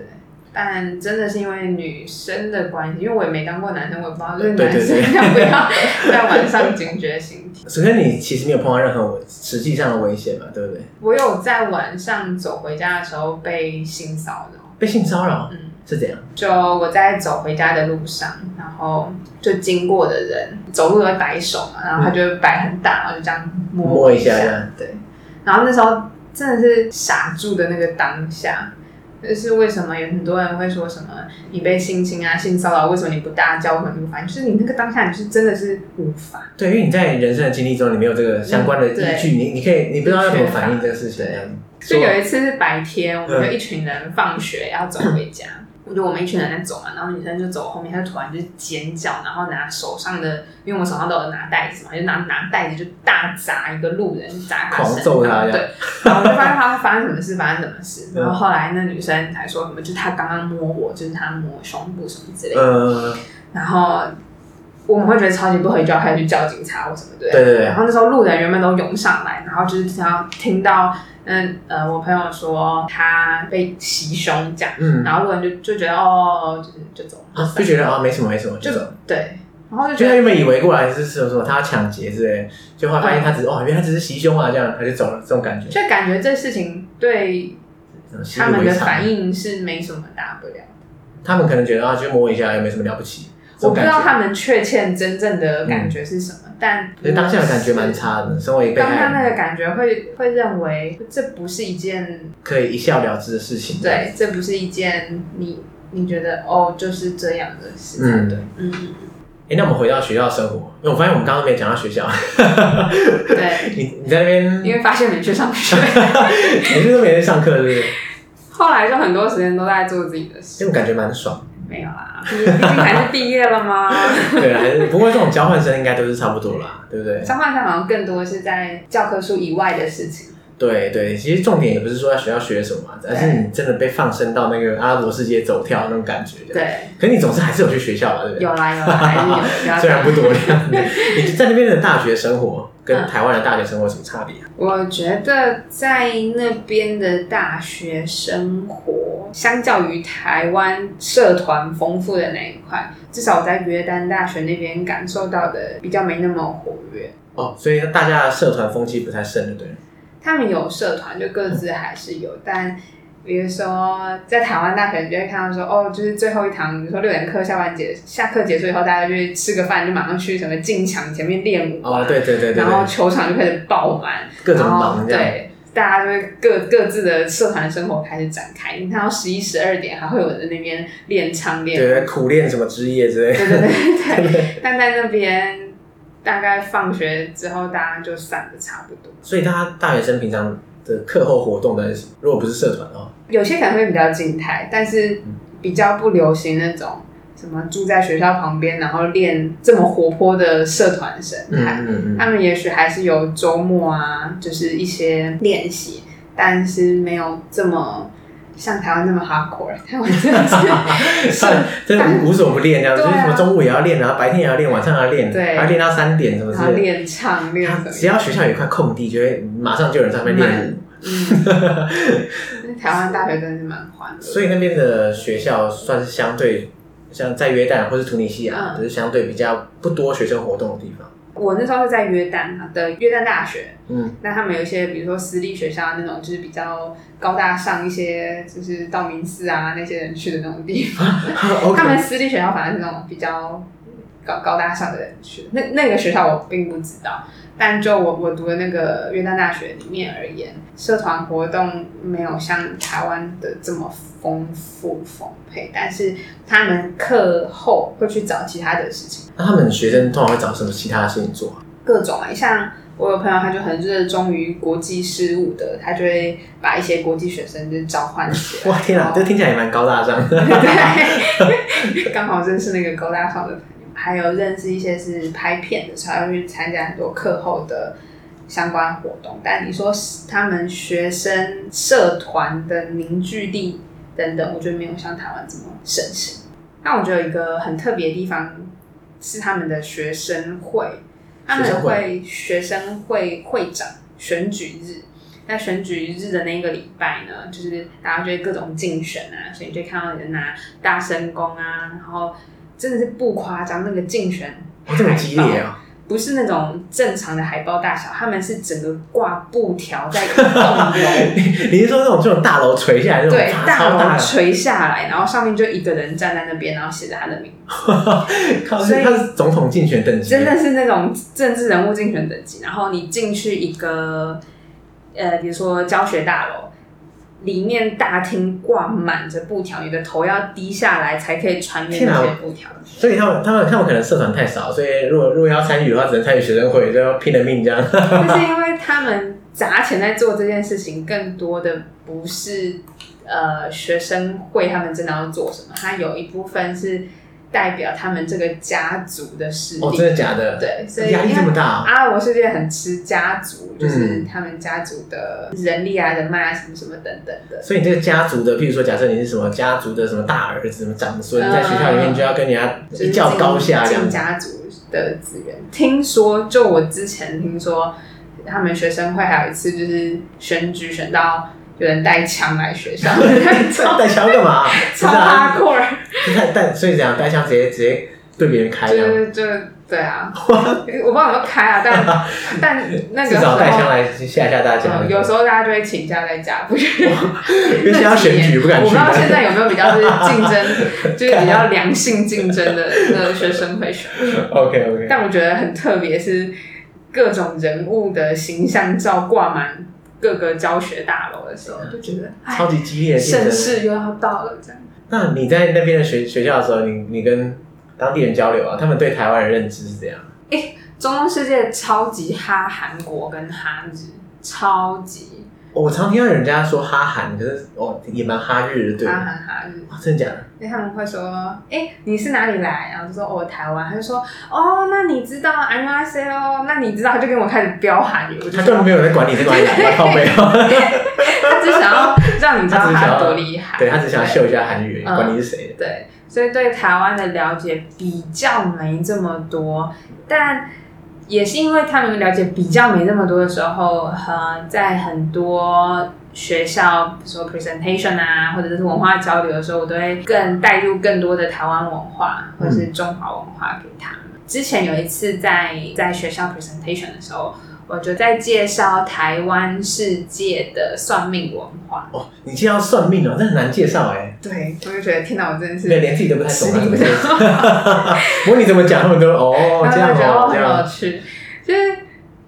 Speaker 2: 但真的是因为女生的关系，因为我也没当过男生，我也不知道就是
Speaker 1: 对
Speaker 2: 男
Speaker 1: 对
Speaker 2: 生
Speaker 1: 对
Speaker 2: 要不要在晚上警觉性提。
Speaker 1: 首先你其实没有碰到任何实际上的危险嘛，对不对？
Speaker 2: 我有在晚上走回家的时候被性骚扰，
Speaker 1: 被性骚扰
Speaker 2: 嗯，
Speaker 1: 是怎样？
Speaker 2: 就我在走回家的路上，然后就经过的人走路都会摆手嘛，然后他就摆很大，然后就这样摸
Speaker 1: 摸
Speaker 2: 我
Speaker 1: 一下
Speaker 2: 下
Speaker 1: 这样，
Speaker 2: 对。然后那时候真的是傻住的那个当下，就是为什么有很多人会说什么你被性侵啊、性骚扰，为什么你不大叫，为什么你不反应？就是你那个当下，你是真的是无法。
Speaker 1: 对，因为你在人生的经历中，你没有这个相关的依据，你你可以你不知道要怎么反应这个事情这样子。
Speaker 2: 就
Speaker 1: 说
Speaker 2: 有一次是白天，我们就一群人放学要走回家，我嗯就我们一群人在走嘛，然后女生就走我后面，她就突然就尖叫，然后拿手上的，因为我手上都有拿袋子嘛，就拿拿袋子就大砸一个路人，砸他
Speaker 1: 狂
Speaker 2: 身
Speaker 1: 揍他嗯
Speaker 2: 上
Speaker 1: 这样
Speaker 2: 对，然后我就发现他发生什么事，发生什么事，然后后来那女生才说什么，就是她刚刚摸我，就是她摸胸部什么之类的，
Speaker 1: 呃，
Speaker 2: 然后我们会觉得超级不合理，就要开始去叫警察或什么对不
Speaker 1: 对对对
Speaker 2: 然，后那时候路人原本都涌上来，然后就是想要听到，嗯呃，我朋友说他被袭胸这样，
Speaker 1: 嗯，
Speaker 2: 然后路人就就觉得哦，就是就走了，
Speaker 1: 啊就觉得啊没什么没什么，就
Speaker 2: 就
Speaker 1: 走。
Speaker 2: 对，然后就
Speaker 1: 就
Speaker 2: 觉
Speaker 1: 他
Speaker 2: 得
Speaker 1: 原本以为过来是什么什么，他要抢劫之类的，就后来发现他只是哦，原来只是袭胸啊，这样他就走了，这种感觉。
Speaker 2: 就感觉这事情对
Speaker 1: 习以
Speaker 2: 他们
Speaker 1: 为
Speaker 2: 的
Speaker 1: 常
Speaker 2: 反，应是没什么大不了。
Speaker 1: 他们可能觉得啊，就摸一下也没什么了不起，这种
Speaker 2: 我不
Speaker 1: 感
Speaker 2: 知
Speaker 1: 觉。
Speaker 2: 道他们确切真正的感觉是什么，但
Speaker 1: 所以当下的感觉蛮。差的，身为被
Speaker 2: 当
Speaker 1: 害
Speaker 2: 下那个
Speaker 1: 人，
Speaker 2: 感觉会会认为这不是一件
Speaker 1: 可以一笑了之的事情。
Speaker 2: 对，，这不是一件你你觉得哦就是这样的事情，
Speaker 1: 嗯
Speaker 2: 对，嗯，
Speaker 1: 哎，那我们回到学校生活，因为我发现我们刚刚都没讲到学校。
Speaker 2: 对，
Speaker 1: 你你在那边，
Speaker 2: 因为发现没去上 学，
Speaker 1: 你是都没在上课，是不是？
Speaker 2: 后来就很多时间都在做自己的
Speaker 1: 这
Speaker 2: 事，
Speaker 1: 种感觉蛮爽。
Speaker 2: 没有啦，毕竟毕竟还是毕业了嘛。
Speaker 1: 对啊，还是不过这种交换生应该都是差不多啦，对不对？
Speaker 2: 交换生好像更多是在教科书以外的事情，
Speaker 1: 对对，其实重点也不是说在学校学什么啊，而是你真的被放生到那个阿拉伯世界走跳那种感觉。，
Speaker 2: 对，
Speaker 1: 可你总是还是有去学校吧，对不对？
Speaker 2: 有啦有啦，啊还是有的，不要
Speaker 1: 虽
Speaker 2: 这
Speaker 1: 然
Speaker 2: 样
Speaker 1: 不多，这 样子你在那边的大学生活跟
Speaker 2: 嗯
Speaker 1: 台湾的大学生活有什么差别啊？
Speaker 2: 我觉得在那边的大学生活，相较于台湾社团丰富的那一块，至少我在约旦大学那边感受到的比较没那么活跃。
Speaker 1: 哦，所以大家的社团风气不太盛，对不对？
Speaker 2: 他们有社团，就各自还是有，但比如说在台湾大学，你就会看到说，哦，就是最后一堂，比如说六点课下完结，下课结束以后，大家就去吃个饭，就马上去什么进墙前面练舞啊，
Speaker 1: 哦，对对对对
Speaker 2: 然后
Speaker 1: 对，
Speaker 2: 球场就开始爆满。
Speaker 1: 各种
Speaker 2: 然后
Speaker 1: 忙这样。
Speaker 2: 对，大家就会各各自的社团生活开始展开。你看到十一、十二点，还会有人在那边练唱练
Speaker 1: 对，
Speaker 2: 舞，
Speaker 1: 在苦练什么职业之类
Speaker 2: 对
Speaker 1: 的，
Speaker 2: 对对对对。但在那边，大概放学之后，大家就散的差不多。
Speaker 1: 所以大家大学生平常的课后活动呢，如果不是社团的话，
Speaker 2: 有些可能会比较静态，但是比较不流行那种什么住在学校旁边，然后练这么活泼的社团生
Speaker 1: 嗯
Speaker 2: 态。
Speaker 1: 嗯嗯，
Speaker 2: 他们也许还是有周末啊，就是一些练习，但是没有这么像台湾那么 hardcore。台湾
Speaker 1: 嗯
Speaker 2: 真的 是是
Speaker 1: 算真的无无所不练这样，
Speaker 2: 对
Speaker 1: 就是
Speaker 2: 啊
Speaker 1: 什么中午也要练，然后白天也要练，晚上也要练，
Speaker 2: 对
Speaker 1: 还要练到三点什么
Speaker 2: 然
Speaker 1: 之
Speaker 2: 后
Speaker 1: 类的。
Speaker 2: 练唱练什
Speaker 1: 他
Speaker 2: 么
Speaker 1: 只要学校有一块空地，就会马上就有人在那边练舞。
Speaker 2: 嗯，台湾大学真的是蛮欢乐的，
Speaker 1: 所以那边的学校算是相对，像在约旦或是突尼西亚，
Speaker 2: 嗯
Speaker 1: 就是相对比较不多学生活动的地 方。
Speaker 2: 我那时候是在约旦嘛的约旦大学，
Speaker 1: 嗯，
Speaker 2: 那他们有一些比如说私立学校那种，就是比较高大上一些，就是道明寺啊那些人去的那种地方。他们
Speaker 1: OK，
Speaker 2: 私立学校反而是那种比较高高大上的人去的。那那个学校我并不知道，但就我我读的那个约旦大学里面而言，社团活动没有像台湾的这么丰富丰沛，但是他们课后会去找其他的事情，
Speaker 1: 那他们学生通常会找什么其他的事情做啊？
Speaker 2: 各种啊，像。我有朋友，他就很热衷于国际事务的，他就会把一些国际学生就召唤起来。
Speaker 1: 哇，天
Speaker 2: 然
Speaker 1: 啊，
Speaker 2: 后
Speaker 1: 这听起来也蛮高大上
Speaker 2: 对，刚好认识那个高大上的朋友，还有认识一些是拍片的，所以要去参加很多课后的相关活动。但你说是他们学生社团的凝聚力等等，我觉得没有像台湾这么盛行。那我觉得有一个很特别的地方是他们的学生会，他
Speaker 1: 学生
Speaker 2: 们
Speaker 1: 会
Speaker 2: 会学生会会长选举日。在选举日的那个礼拜呢，就是大家就会各种竞选啊，所以你就看到人拿大声公啊，然后真的是不夸张，那个竞选
Speaker 1: 哇，哦这么
Speaker 2: 海
Speaker 1: 激
Speaker 2: 报
Speaker 1: 烈啊！，
Speaker 2: 不是那种正常的海报大小，他们是整个挂布条在动楼
Speaker 1: 你是说那种这种大楼垂下来那种
Speaker 2: 对，
Speaker 1: 大
Speaker 2: 大
Speaker 1: 超大
Speaker 2: 楼
Speaker 1: 的，
Speaker 2: 垂下来，然后上面就一个人站在那边，然后写着他的名字，
Speaker 1: 靠，
Speaker 2: 所以
Speaker 1: 他是总统竞选等级，
Speaker 2: 真的是那种政治人物竞选等级。然后你进去一个呃，比如说教学大楼。里面大厅挂满着布条，你的头要低下来才可以穿越
Speaker 1: 天
Speaker 2: 那
Speaker 1: 啊
Speaker 2: 些布条。
Speaker 1: 所以他们他们他们可能社团太少，所以如果如果要参与的话，只能参与学生会，就要拼了命这 样。
Speaker 2: 但是因为他们砸钱在做这件事情，更多的不是呃学生会他们真的要做什么，它有一部分是代表他们这个家族的势力。
Speaker 1: 哦，真的假的？，
Speaker 2: 对，所以
Speaker 1: 压力
Speaker 2: 因
Speaker 1: 这么
Speaker 2: 为
Speaker 1: 大啊、
Speaker 2: 阿拉伯世界很吃家族，就是
Speaker 1: 嗯
Speaker 2: 他们家族的人力啊、人脉啊什么什么等等的。
Speaker 1: 所以你这个家族的，譬如说，假设你是什么家族的什么大儿子、什么长孙，
Speaker 2: 嗯
Speaker 1: 在学校里面就要跟人家
Speaker 2: 就是
Speaker 1: 一较高下这
Speaker 2: 进
Speaker 1: 样子。
Speaker 2: 进家族的资源。听说，就我之前听说，他们学生会还有一次就是选举选到有人带枪来学 校， 超
Speaker 1: 带枪干嘛？
Speaker 2: 超
Speaker 1: 不是啊
Speaker 2: hardcore，
Speaker 1: 带带，所以怎样？带枪直接直接对别人开
Speaker 2: 就
Speaker 1: 这样，
Speaker 2: 是就对啊，我不知道有没有开啊， 但但那个
Speaker 1: 至
Speaker 2: 时
Speaker 1: 少带枪
Speaker 2: 候。
Speaker 1: 来吓吓大家。
Speaker 2: 嗯，有时候大家就会请假在家，不是？
Speaker 1: 因为现在要选举不敢去
Speaker 2: 我不知道 现在有没有比较就是竞争，就是比较良性竞争的那个学生会选。
Speaker 1: OK OK，
Speaker 2: 但我觉得很特别，是各种人物的形象照挂满各个教学大楼的时候，就觉得哎
Speaker 1: 超，级激烈的竞
Speaker 2: 盛
Speaker 1: 争。
Speaker 2: 世又要到了这样。
Speaker 1: 那你在那边的学学校的时候，你你跟当地人交流啊，他们对台湾的认知是怎样？
Speaker 2: 中东世界超级哈韩国跟哈日，超级
Speaker 1: 哦我常听到人家说哈韩，可是哦也蛮哈日的，对。
Speaker 2: 哈韩哈日。
Speaker 1: 哇真的假的？
Speaker 2: 因为他们会说：“哎、你是哪里来？”然后就说：“哦我、台湾。”他就说：“哦，那你知道安拉塞哦？那你知道？”他就跟我开始飙韩语，我就
Speaker 1: 他根本
Speaker 2: 说
Speaker 1: 没有人在管你，在 管你哪靠背哦。
Speaker 2: 他只想要让你知道
Speaker 1: 他只想
Speaker 2: 他
Speaker 1: 要
Speaker 2: 多厉 害，
Speaker 1: 对他只想秀一下韩语，
Speaker 2: 嗯
Speaker 1: 管你是谁。
Speaker 2: 对，所以对台湾的了解比较没这么多，但也是因为他们了解比较没这么多的时候，呃，在很多学校，比如说 presentation 啊，或者是文化交流的时候，我都会更带入更多的台湾文化或是中华文化给他们。之前有一次在在学校 presentation 的时候，我就在介绍台湾世界的算命文化。
Speaker 1: 哦，你竟然要算命哦，这很难介绍哎，
Speaker 2: 对，我就觉得天哪，我真的是
Speaker 1: 对，连自己都不太
Speaker 2: 吃
Speaker 1: 懂
Speaker 2: 力
Speaker 1: 啊。
Speaker 2: 不
Speaker 1: 怎么
Speaker 2: 讨
Speaker 1: 介绍 模拟怎么讲，他们都哦
Speaker 2: 他
Speaker 1: 这
Speaker 2: 们
Speaker 1: 样
Speaker 2: 觉得
Speaker 1: 哦这
Speaker 2: 我很有
Speaker 1: 样。
Speaker 2: 趣，就是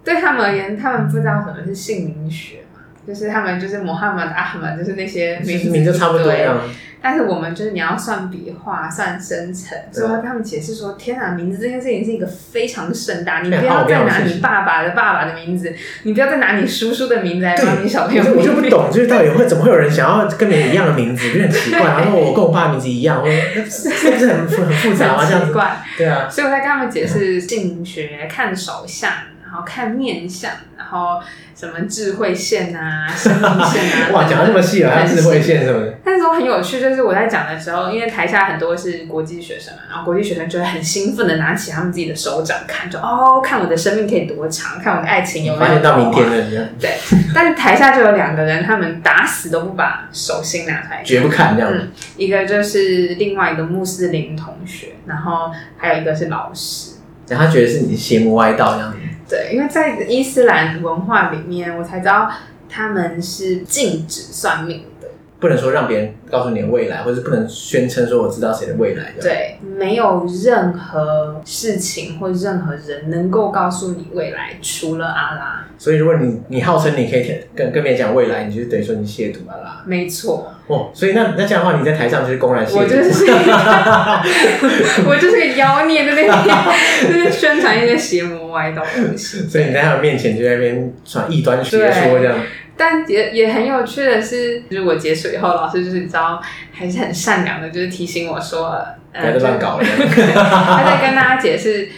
Speaker 2: 对他们而言，他们不知道什么是姓名学嘛，就是他们就是摩哈马阿哈马，就是那些
Speaker 1: 其
Speaker 2: 名
Speaker 1: 实
Speaker 2: 字
Speaker 1: 名字差不多
Speaker 2: 对
Speaker 1: 样，
Speaker 2: 但是我们就是你要算笔画、算生辰，所以我要跟他们解释说：天啊，名字这件事情是一个非常盛大，你不
Speaker 1: 很奥
Speaker 2: 要再
Speaker 1: 妙的
Speaker 2: 拿
Speaker 1: 事
Speaker 2: 你
Speaker 1: 情
Speaker 2: 爸爸的爸爸的名字，你不要再拿你叔叔的名字来帮你小 朋友
Speaker 1: 我就我就
Speaker 2: 命
Speaker 1: 不
Speaker 2: 名。
Speaker 1: 懂，就是到底会怎么会有人想要跟别人一样的名字，就很奇怪。然后我跟我爸名字一样，我 那是是不是很复很复杂啊？这样
Speaker 2: 很奇
Speaker 1: 子，
Speaker 2: 怪，
Speaker 1: 对啊，
Speaker 2: 所以我在跟他们解释姓名学、看手相，然后看面相，然后什么智慧线啊、生命线啊。
Speaker 1: 哇，讲的那么细啊，还有智慧线什么的，
Speaker 2: 但是我很有趣，就是我在讲的时候，因为台下很多是国际学生嘛，然后国际学生就会很兴奋的拿起他们自己的手掌看，就哦，看我的生命可以多长，看我的爱情有没有
Speaker 1: 发现到明天
Speaker 2: 了。
Speaker 1: 了，这样
Speaker 2: 对，但是台下就有两个人，他们打死都不把手心拿出来看
Speaker 1: 绝不看这样。
Speaker 2: 嗯，一个就是另外一个穆斯林同学，然后还有一个是老师。
Speaker 1: 然后他觉得是你邪魔歪道这样子。
Speaker 2: 对，因为在伊斯兰文化里面，我才知道他们是禁止算命的。
Speaker 1: 不能说让别人告诉你的未来，或者不能宣称说我知道谁的未来。这样，
Speaker 2: 对，没有任何事情或任何人能够告诉你未来，除了阿拉。
Speaker 1: 所以如果你你号称你可以跟跟别人讲未来，你就等于说你亵渎了啦。
Speaker 2: 没错，
Speaker 1: 哦，所以那那这样的话，你在台上就是公然亵渎。
Speaker 2: 嗯我就是一个我就是个妖孽，在那边就是宣传一些邪魔歪道的东西。
Speaker 1: 所以你在他们面前就在那边传异端邪说
Speaker 2: 对
Speaker 1: 这样。
Speaker 2: 但也也很有趣的是，就是我结束以后，老师就是你知道还是很善良的，就是提醒我说，
Speaker 1: 不要
Speaker 2: 呃，
Speaker 1: 再乱搞了
Speaker 2: 就是他在跟大家解释，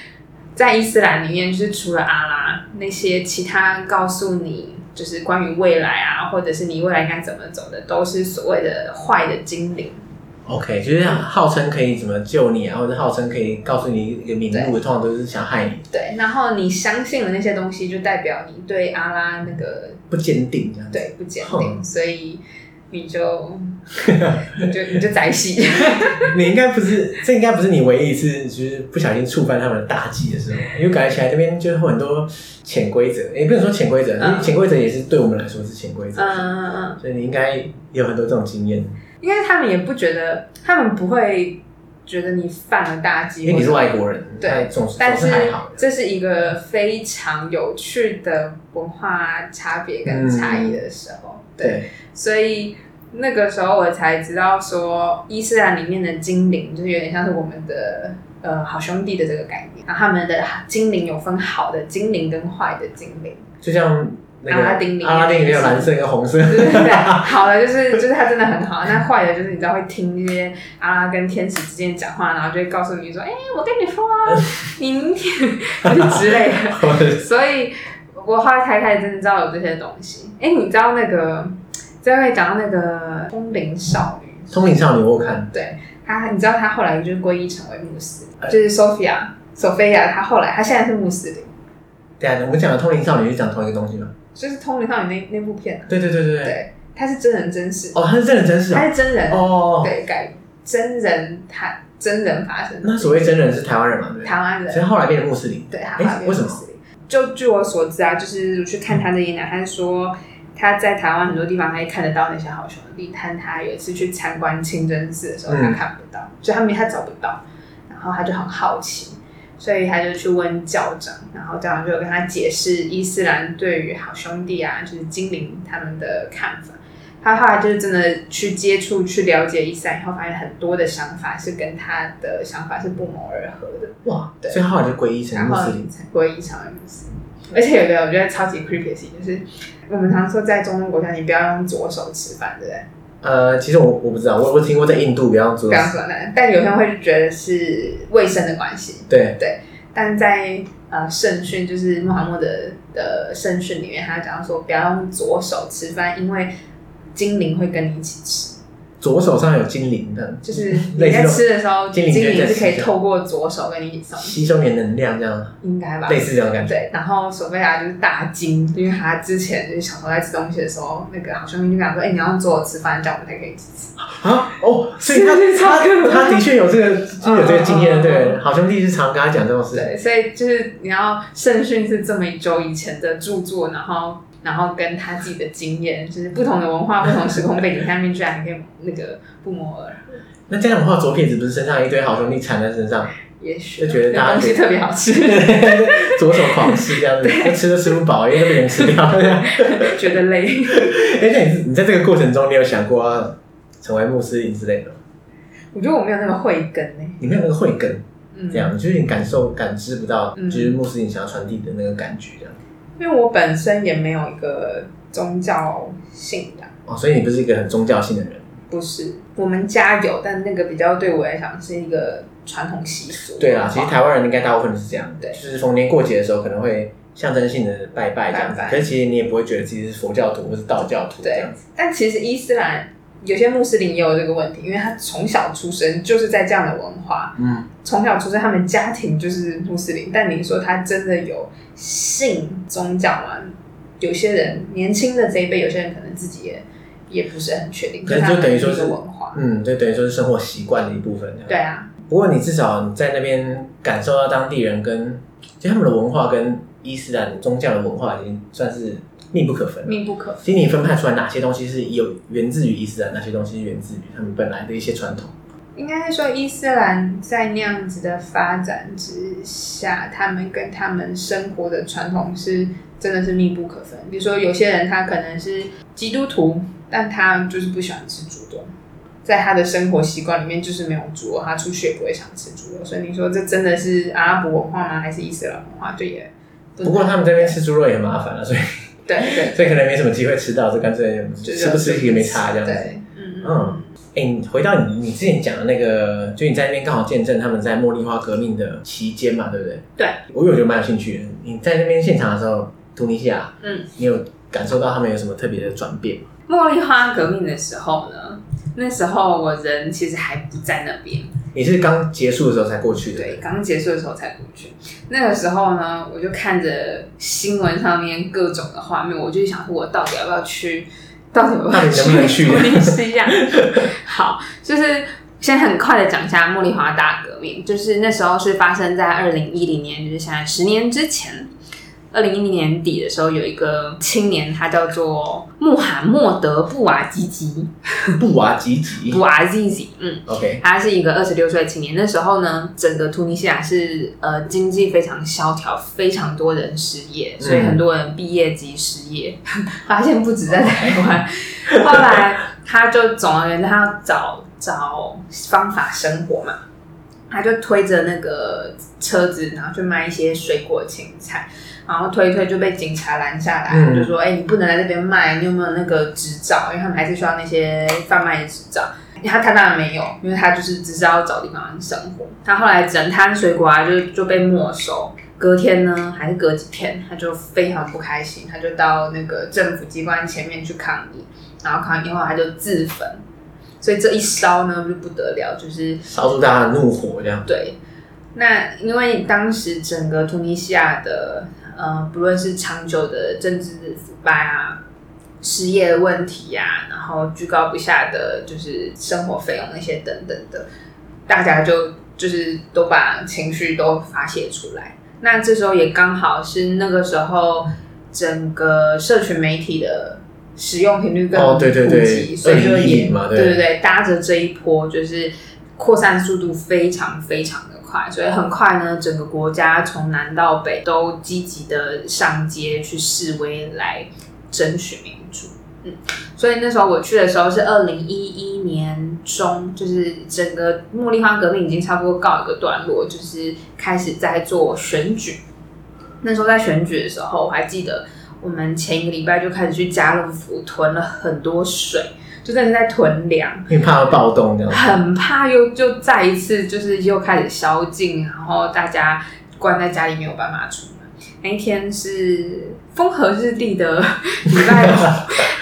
Speaker 2: 在伊斯兰里面，就是除了阿拉那些其他告诉你就是关于未来啊，或者是你未来应该怎么走的，都是所谓的坏的精灵。
Speaker 1: OK，就是号称可以怎么救你啊，或者号称可以告诉你一个名目，通常都是想害你，
Speaker 2: 对，然后你相信的那些东西，就代表你对阿拉那个
Speaker 1: 不坚定这样子。
Speaker 2: 对不坚
Speaker 1: 哼
Speaker 2: 定，所以你就你就你就宅系。
Speaker 1: 你应该不是，这应该不是你唯一一次就是不小心触犯他们的大忌的时候，因为感觉起来那边就是很多潜规则，也、不能说潜规则，因为
Speaker 2: 嗯
Speaker 1: 潜规则也是对我们来说是潜规则，
Speaker 2: 嗯嗯嗯。
Speaker 1: 所以你应该也有很多这种经验，
Speaker 2: 因为他们也不觉得，他们不会觉得你犯了大忌，
Speaker 1: 因为你是外国人，
Speaker 2: 对
Speaker 1: 那总是
Speaker 2: 但
Speaker 1: 总
Speaker 2: 是
Speaker 1: 是还好的。
Speaker 2: 这是一个非常有趣的文化差别跟差异的时候，对，
Speaker 1: 对，
Speaker 2: 所以那个时候我才知道说，伊斯兰里面的精灵就是有点像是我们的呃好兄弟的这个概念，然后他们的精灵有分好的精灵跟坏的精灵。
Speaker 1: 就像那个
Speaker 2: 阿拉丁里面
Speaker 1: 阿拉丁里面有蓝色跟红色，
Speaker 2: 对对对，好的就是就是他真的很好，那坏的就是你知道会听这些啊跟天使之间讲话，然后就会告诉你说，哎、我跟你说 啊，你明天 就是之类的。所以我后来才开始真的知道有这些东西。哎、你知道那个，这会讲到那个通灵少女，
Speaker 1: 通灵少女我有看，哎
Speaker 2: 她你知道她后来就是皈依成为穆斯，就是 Sophia，索菲亚她后来她现在是穆斯林，
Speaker 1: 对啊，我们讲的《通灵少女》是讲同一个东西吗？
Speaker 2: 就是《通灵少女》那那部片啊，
Speaker 1: 对对对对对。
Speaker 2: 对，她是真人真事，
Speaker 1: 哦，他是真人真事
Speaker 2: 她
Speaker 1: 啊。
Speaker 2: 是真人，
Speaker 1: 哦，
Speaker 2: 对改真人她真人发生的，
Speaker 1: 那所谓真人是台湾人嘛？对不对。
Speaker 2: 台湾
Speaker 1: 所以
Speaker 2: 人，
Speaker 1: 后来变成穆斯林。
Speaker 2: 对，她
Speaker 1: 诶
Speaker 2: 后来变
Speaker 1: 为什
Speaker 2: 成
Speaker 1: 么嗯
Speaker 2: 穆斯林。就据我所知啊，就是我去看她的演讲，她说。她在台湾很多地方可以看得到那些好兄弟，但她有一次去参观清真寺的时候，
Speaker 1: 嗯
Speaker 2: 她看不到，所以她没她找不到，然后她就很好奇，所以她就去问教长，然后教长就有跟她解释伊斯兰对于好兄弟啊，就是精灵他们的看法。她后来就是真的去接触、去了解伊斯兰以后，发现很多的想法是跟她的想法是不谋而合的。
Speaker 1: 哇，
Speaker 2: 对
Speaker 1: 所以他后来就皈依成
Speaker 2: 然
Speaker 1: 穆
Speaker 2: 后
Speaker 1: 斯林。
Speaker 2: 才会异常的穆斯林。而且有个我觉得超级 creepy 的事情，就是我们常说在中东国家你不要用左手吃饭，对不对？
Speaker 1: 呃，其实我我不知道，我我听过在印度比较做
Speaker 2: 不。要说那，但有些人会觉得是卫生的关系。
Speaker 1: 对，
Speaker 2: 但在呃圣训，就是穆罕默德的圣训里面，他讲到说不要用左手吃饭，因为精灵会跟你一起吃。
Speaker 1: 左手上有精灵的，
Speaker 2: 就是你在吃的时候，
Speaker 1: 类
Speaker 2: 精
Speaker 1: 似这种
Speaker 2: 灵是可以透过左手跟你一起送，
Speaker 1: 吸收你的能量，这样
Speaker 2: 应该吧？
Speaker 1: 类似这种感觉。
Speaker 2: 对，然后索菲亚就是大惊，因为她之前就是小时候在吃东西的时候，那个好兄弟就跟她说：“哎、你要做我吃饭，这样我们才可以一起吃。
Speaker 1: 啊，哦，所以他
Speaker 2: 是
Speaker 1: 他
Speaker 2: 超可怕
Speaker 1: 他的确有这 个就有这个经验，
Speaker 2: 嗯
Speaker 1: 对，好兄弟是常跟他讲这种”事情。
Speaker 2: 对，所以就是你要圣训是这么一周以前的著作，然后然后跟他自己的经验，就是不同的文化、不同时空背景下面，居然还可以那个不谋而合，
Speaker 1: 那这样的话，左撇子不是身上一堆好兄弟缠在身上，
Speaker 2: 也许
Speaker 1: 就觉得大家
Speaker 2: 那东西特别好吃，
Speaker 1: 左手狂吃这样子，就吃都吃不饱，因为都被人吃 掉。而
Speaker 2: 觉得累。
Speaker 1: 且哎你你在这个过程中，你有想过要成为穆斯林之类的吗？
Speaker 2: 我觉得我没有那么慧根欸呢、
Speaker 1: 你没有那个慧根，
Speaker 2: 嗯，
Speaker 1: 这样就是你感受感知不到，
Speaker 2: 嗯
Speaker 1: 就是穆斯林想要传递的那个感觉这样。
Speaker 2: 因为我本身也没有一个宗教信仰。
Speaker 1: 哦，所以你不是一个很宗教性的人。
Speaker 2: 不是，我们家有，但那个比较对我来讲是一个传统习俗。
Speaker 1: 对啊啦，其实台湾人应该大部分是这样，
Speaker 2: 啊对
Speaker 1: 就是逢年过节的时候可能会象征性的拜拜这样子
Speaker 2: 拜，拜
Speaker 1: 可是其实你也不会觉得自己是佛教徒或是道教徒这
Speaker 2: 对
Speaker 1: 样子。，
Speaker 2: 但其实伊斯兰有些穆斯林也有这个问题，因为他从小出生就是在这样的文化，
Speaker 1: 嗯，
Speaker 2: 从小出生他们家庭就是穆斯林，但你说他真的有信宗教吗？有些人年轻的这一辈，有些人可能自己也也不是很确定，
Speaker 1: 可是
Speaker 2: 他
Speaker 1: 就
Speaker 2: 们
Speaker 1: 等于说
Speaker 2: 一
Speaker 1: 是
Speaker 2: 个文化。
Speaker 1: 嗯，就等于说是生活习惯的一部分这样。
Speaker 2: 对啊，
Speaker 1: 不过你至少你在那边感受到当地人跟就他们的文化跟伊斯兰宗教的文化已经算是密不可分了。
Speaker 2: 密不可分。
Speaker 1: 其实你分派出来哪些东西是有源自于伊斯兰，哪些东西是源自于他们本来的一些传统。
Speaker 2: 应该是说伊斯兰在那样子的发展之下，他们跟他们生活的传统是真的是密不可分。比如说有些人他可能是基督徒，但他就是不喜欢吃猪肉，在他的生活习惯里面就是没有猪肉，他出去也不会想吃猪肉。所以你说这真的是阿拉伯文化吗？还是伊斯兰文化？就也能
Speaker 1: 不过他们这边吃猪肉也很麻烦了、啊所以
Speaker 2: 对对
Speaker 1: 所以可能没什么机会吃到，就干脆
Speaker 2: 就是
Speaker 1: 吃不吃也没差这样子。
Speaker 2: 对，嗯
Speaker 1: 嗯
Speaker 2: 嗯，
Speaker 1: 哎、你回到你你之前讲的那个，就你在那边刚好见证他们在茉莉花革命的期间嘛，对不对？
Speaker 2: 对，
Speaker 1: 我有觉得蛮有兴趣的。你在那边现场的时候，突尼西亚，
Speaker 2: 嗯，
Speaker 1: 你有感受到他们有什么特别的转变吗？
Speaker 2: 茉莉花革命的时候呢，那时候我人其实还不在那边。
Speaker 1: 你是刚结束的时候才过去的，
Speaker 2: 对，刚结束的时候才过去。那个时候呢，我就看着新闻上面各种的画面，我就想说，我到底要不要去？ 到底要不
Speaker 1: 到
Speaker 2: 要
Speaker 1: 底能不能 去
Speaker 2: 突尼西亚？好，就是先很快的讲一下茉莉花大革命，就是那时候是发生在二零一零年，就是现在十年之前。二零一零年底的时候，有一个青年，他叫做穆罕默德·布瓦吉吉，
Speaker 1: 布瓦吉吉
Speaker 2: 布瓦吉吉，嗯，
Speaker 1: ，OK，
Speaker 2: 他是一个二十六岁的青年，那时候呢，整个突尼西亚是呃经济非常萧条，非常多人失业，所以很多人毕业即失业， 发现不止在台湾。后来他就总而言之，他要找找方法生活嘛，他就推着那个车子，然后去卖一些水果青菜。然后推一推就被警察拦下来，
Speaker 1: 嗯
Speaker 2: 就说：“哎、你不能来这边卖，你有没有那个执照？因为他们还是需要那些贩卖的执照。”他他当然没有，因为他就是只是要找地方生活。他后来整摊水果啊就就被没收，隔天呢还是隔几天，他就非常不开心，他就到那个政府机关前面去抗议，然后抗议后他就自焚，所以这一烧呢就不得了，就是
Speaker 1: 烧出大家的怒火这样。
Speaker 2: 对。那因为当时整个突尼西亚的呃，不论是长久的政治腐败啊、失业的问题呀、然后居高不下的就是生活费用那些等等的，大家就就是都把情绪都发泄出来。那这时候也刚好是那个时候，整个社群媒体的使用频率更
Speaker 1: 哦
Speaker 2: 普及，
Speaker 1: 对对对
Speaker 2: 所以就也
Speaker 1: 2010嘛对
Speaker 2: 对对，搭着这一波就是扩散速度非常非常的快，所以很快呢，整个国家从南到北都积极的上街去示威来争取民主。嗯，所以那时候我去的时候是二零一一年中，就是整个茉莉花革命已经差不多告一个段落，就是开始在做选举。那时候在选举的时候，我还记得我们前一个礼拜就开始去家乐福囤了很多水，就真的在囤粮。
Speaker 1: 因为怕会暴动这样。
Speaker 2: 很怕又就再一次就是又开始宵禁，然后大家关在家里没有办法出门。那一天是风和日丽的礼拜 五、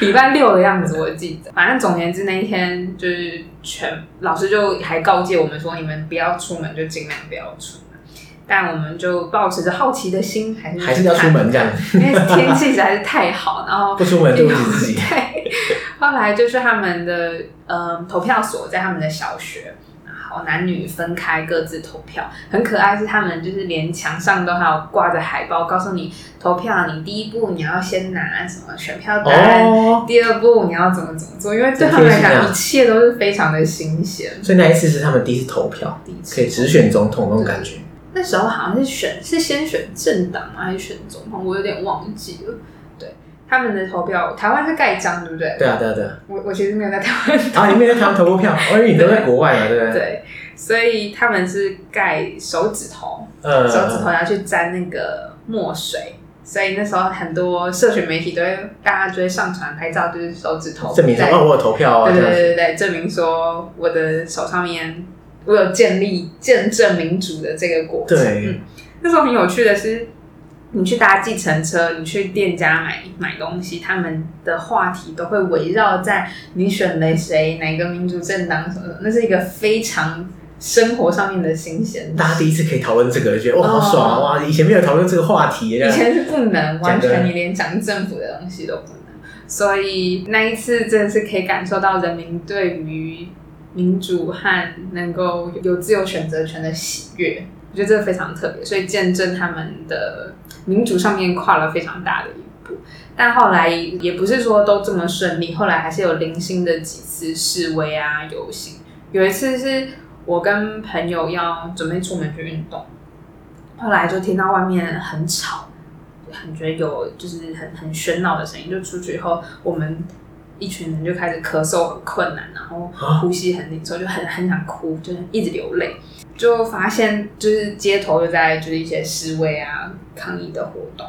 Speaker 2: 礼拜六的样子，我记得。反正总而言之，那一天就是全老师就还告诫我们说，你们不要出门，就尽量不要出门。但我们就抱持着好奇的心，还是
Speaker 1: 还是要出门这样，
Speaker 2: 因为天气实在是太好，然后
Speaker 1: 不出门对不起自 己。
Speaker 2: 对，后来就是他们的呃投票所在他们的小学，然后男女分开各自投票。很可爱是他们就是连墙上都还有挂着海报，告诉你投票，你第一步你要先拿什么选票单。
Speaker 1: 哦，
Speaker 2: 第二步你要怎么怎么做？因为对他们来
Speaker 1: 真贴心啊
Speaker 2: 讲，一切都是非常的新鲜。
Speaker 1: 所以那一次是他们第一次投票，
Speaker 2: 第一次
Speaker 1: 可以直选总统那种感觉。
Speaker 2: 那时候好像是选是先选政党吗？还是选总统？我有点忘记了。对，他们的投票，台湾是盖章，对不对？
Speaker 1: 对啊，对啊，对啊。
Speaker 2: 我我其实没有在台湾
Speaker 1: 啊，你没有在台湾投过票，我以为你都在国外嘛，对不对？
Speaker 2: 对，所以他们是盖手指头，
Speaker 1: 嗯，
Speaker 2: 手指头要去沾那个墨水，所以那时候很多社群媒体都会，大家就会上传拍照，就是手指头
Speaker 1: 证明说
Speaker 2: 在
Speaker 1: 哦，我有投票啊，
Speaker 2: 对
Speaker 1: 这样
Speaker 2: 对对
Speaker 1: 子。
Speaker 2: 对对，证明说我的手上面我有建立见证民主的这个过程。
Speaker 1: 对
Speaker 2: 嗯，那时候很有趣的是，你去搭计程车，你去店家买买东西，他们的话题都会围绕在你选了谁，哪个民主政党什么的，那是一个非常生活上面的新鲜
Speaker 1: 大家第一次可以讨论这个，就觉得哇，好爽啊！
Speaker 2: 哦
Speaker 1: 哇，以前没有讨论这个话题，这
Speaker 2: 以
Speaker 1: 样哦
Speaker 2: 前是不能，
Speaker 1: 讲
Speaker 2: 完
Speaker 1: 得
Speaker 2: 全你连讲政府的东西都不能。所以那一次真的是可以感受到人民对于民主和能够有自由选择权的喜悦，我觉得这个非常特别，所以见证他们的民主上面跨了非常大的一步。但后来也不是说都这么顺利，后来还是有零星的几次示威啊、游行。有一次是我跟朋友要准备出门去运动，后来就听到外面很吵，很觉得有就是很很喧闹的声音。就出去以后，我们一群人就开始咳嗽很困难，然后
Speaker 1: 啊
Speaker 2: 呼吸很紧凑，就很很想哭，就是一直流泪。就发现就是街头就在就是一些示威啊抗议的活动。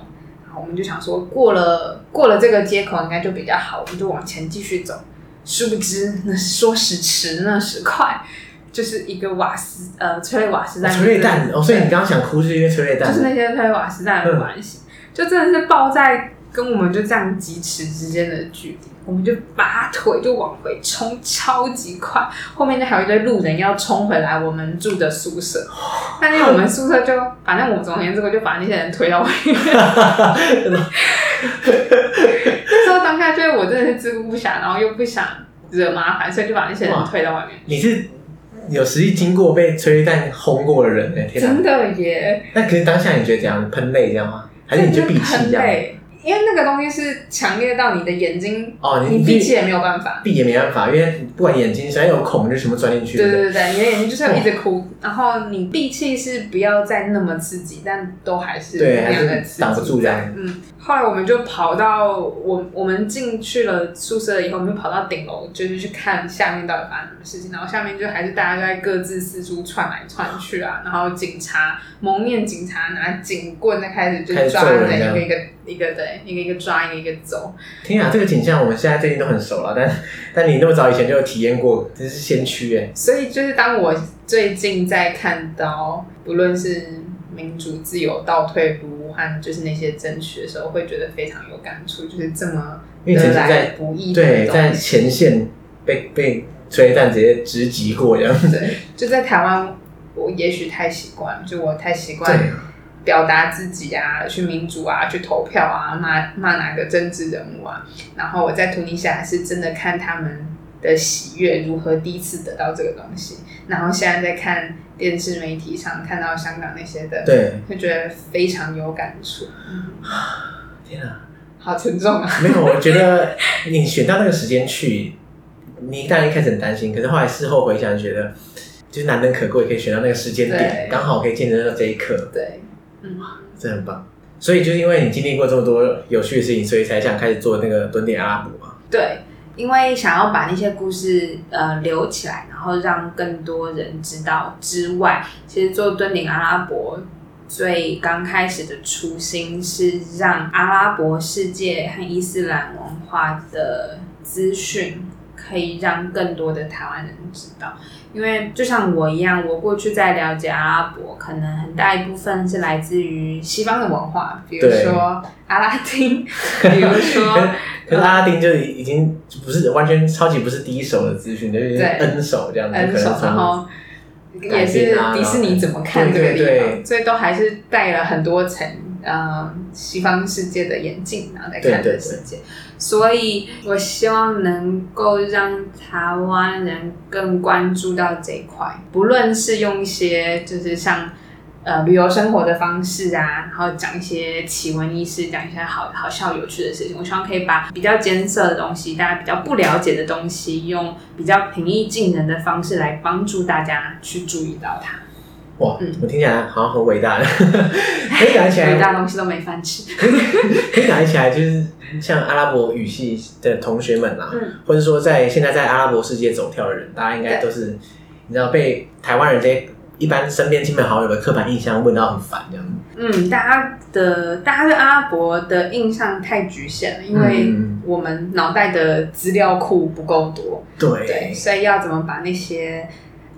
Speaker 2: 然后我们就想说，过了过了这个街口应该就比较好，我们就往前继续走。殊不知，那说时迟，那时快，就是一个瓦斯呃催泪瓦斯弹，
Speaker 1: 哦催泪弹哦，所以你刚刚想哭是因为催泪弹，
Speaker 2: 就是那些推瓦
Speaker 1: 嗯
Speaker 2: 斯蛋的关系，就真的是抱在跟我们就这样几尺之间的距离，我们就拔腿就往回冲，超级快，后面就还有一堆路人要冲回来我们住的 宿舍，但是我们宿舍就反正我们总而言之，我就把那些人推到外面。 那时候当下就是我真的是自顾不暇，然后又不想惹麻烦，所以就把那些人推到外面。
Speaker 1: 你是有实际经过被催泪弹轰过的人哎，天哪
Speaker 2: 真！的耶！
Speaker 1: 那可是当下你觉得怎样？喷泪这样吗？还是你就闭气
Speaker 2: 很
Speaker 1: 这样？
Speaker 2: 累，因为那个东西是强烈到你的眼睛，
Speaker 1: 哦，
Speaker 2: 你
Speaker 1: 你
Speaker 2: 闭气也没有办法。
Speaker 1: 闭也没办法，因为不管眼睛只要有哦孔，就全部钻进去。
Speaker 2: 对
Speaker 1: 不
Speaker 2: 对对对，你的眼睛就是要一直哭，然后你闭气是不要再那么刺激，但都还是
Speaker 1: 对，
Speaker 2: 那样的
Speaker 1: 还
Speaker 2: 刺
Speaker 1: 是
Speaker 2: 激
Speaker 1: 挡不。住这样。
Speaker 2: 嗯，后来我们就跑到我我们进去了宿舍以后，我们就跑到顶楼，就是去看下面到底发生什么事情。然后下面就还是大家都在各自四处窜来窜去啊，然后警察蒙面警察拿警棍在开始就
Speaker 1: 开始
Speaker 2: 抓
Speaker 1: 揍人
Speaker 2: 人，
Speaker 1: 这
Speaker 2: 一
Speaker 1: 样
Speaker 2: 个一个一个对，一个一个抓，一个一个走。
Speaker 1: 天啊，这个景象我们现在最近都很熟了，但但你那么早以前就有体验过，真是先驱哎。
Speaker 2: 所以就是当我最近在看到，不论是民主、自由、倒退不武和就是那些争取的时候，会觉得非常有感触，就是这么
Speaker 1: 因为曾
Speaker 2: 得
Speaker 1: 经在
Speaker 2: 来不易
Speaker 1: 对，
Speaker 2: 的
Speaker 1: 在
Speaker 2: 东西。
Speaker 1: 前线被被催泪弹直接直击过这样。
Speaker 2: 对，就在台湾，我我也许太习惯，就我太习惯
Speaker 1: 对，啊
Speaker 2: 表达自己啊，去民主啊，去投票啊，骂骂哪个政治人物啊。然后我在突尼西亚是真的看他们的喜悦如何第一次得到这个东西，然后现在在看电视媒体上看到香港那些的，
Speaker 1: 对，
Speaker 2: 会觉得非常有感触。嗯
Speaker 1: 天啊，
Speaker 2: 好沉重啊！
Speaker 1: 没有，我觉得你选到那个时间去，你当然一开始很担心，可是后来事后回想，觉得就是难能可贵，可以选到那个时间点
Speaker 2: 对，
Speaker 1: 刚好可以见证到这一刻。
Speaker 2: 对，嗯，
Speaker 1: 这很棒。所以就是因为你经历过这么多有趣的事情，所以才想开始做那个蹲点阿拉伯嘛。
Speaker 3: 对，因为想要把那些故事呃留起来，然后让更多人知道之外，其实做敦顶阿拉伯最刚开始的初心是让阿拉伯世界和伊斯兰文化的资讯可以让更多的台湾人知道。因为就像我一样，我过去在了解阿拉伯，可能很大一部分是来自于西方的文化，比如
Speaker 1: 对
Speaker 3: 说阿拉丁， 比如说
Speaker 1: 可是 可是阿拉丁就是已经不是完全超级不是第一手的资讯，就是
Speaker 2: 对
Speaker 1: N 手这样子，
Speaker 2: 很
Speaker 1: 可
Speaker 2: 爽
Speaker 1: 能，从
Speaker 2: 然后也是
Speaker 1: 啊
Speaker 2: 迪士尼怎么看这个地方，所以都还是带了很多层呃西方世界的眼镜，然后再看这个世界。
Speaker 3: 所以我希望能够让台湾人更关注到这一块，
Speaker 2: 不论是用一些就是像呃旅游生活的方式啊，然后讲一些奇闻异事，讲一些好好笑有趣的事情。我希望可以把
Speaker 3: 比较艰涩的东西，大家比较不了解的东西，用比较平易近人的方式来帮助大家去注意到它。
Speaker 1: 哇，
Speaker 3: 嗯
Speaker 1: 我听起来好像很伟大 的，可以感觉起
Speaker 3: 伟
Speaker 1: 来，
Speaker 3: 大的东西都没饭吃。
Speaker 1: 可以感觉起来，就是像阿拉伯语系的同学们啊，
Speaker 3: 嗯
Speaker 1: 或者说在现在在阿拉伯世界走跳的人，大家应该都是你知道被台湾人这些一般身边亲朋好友的刻板印象问到很烦这样子。
Speaker 3: 嗯，大家的大家对阿拉伯的印象太局限了，因
Speaker 2: 因为
Speaker 1: 嗯
Speaker 2: 我们脑袋的资料库不够多，对，
Speaker 1: 对，
Speaker 2: 所以要怎么把那些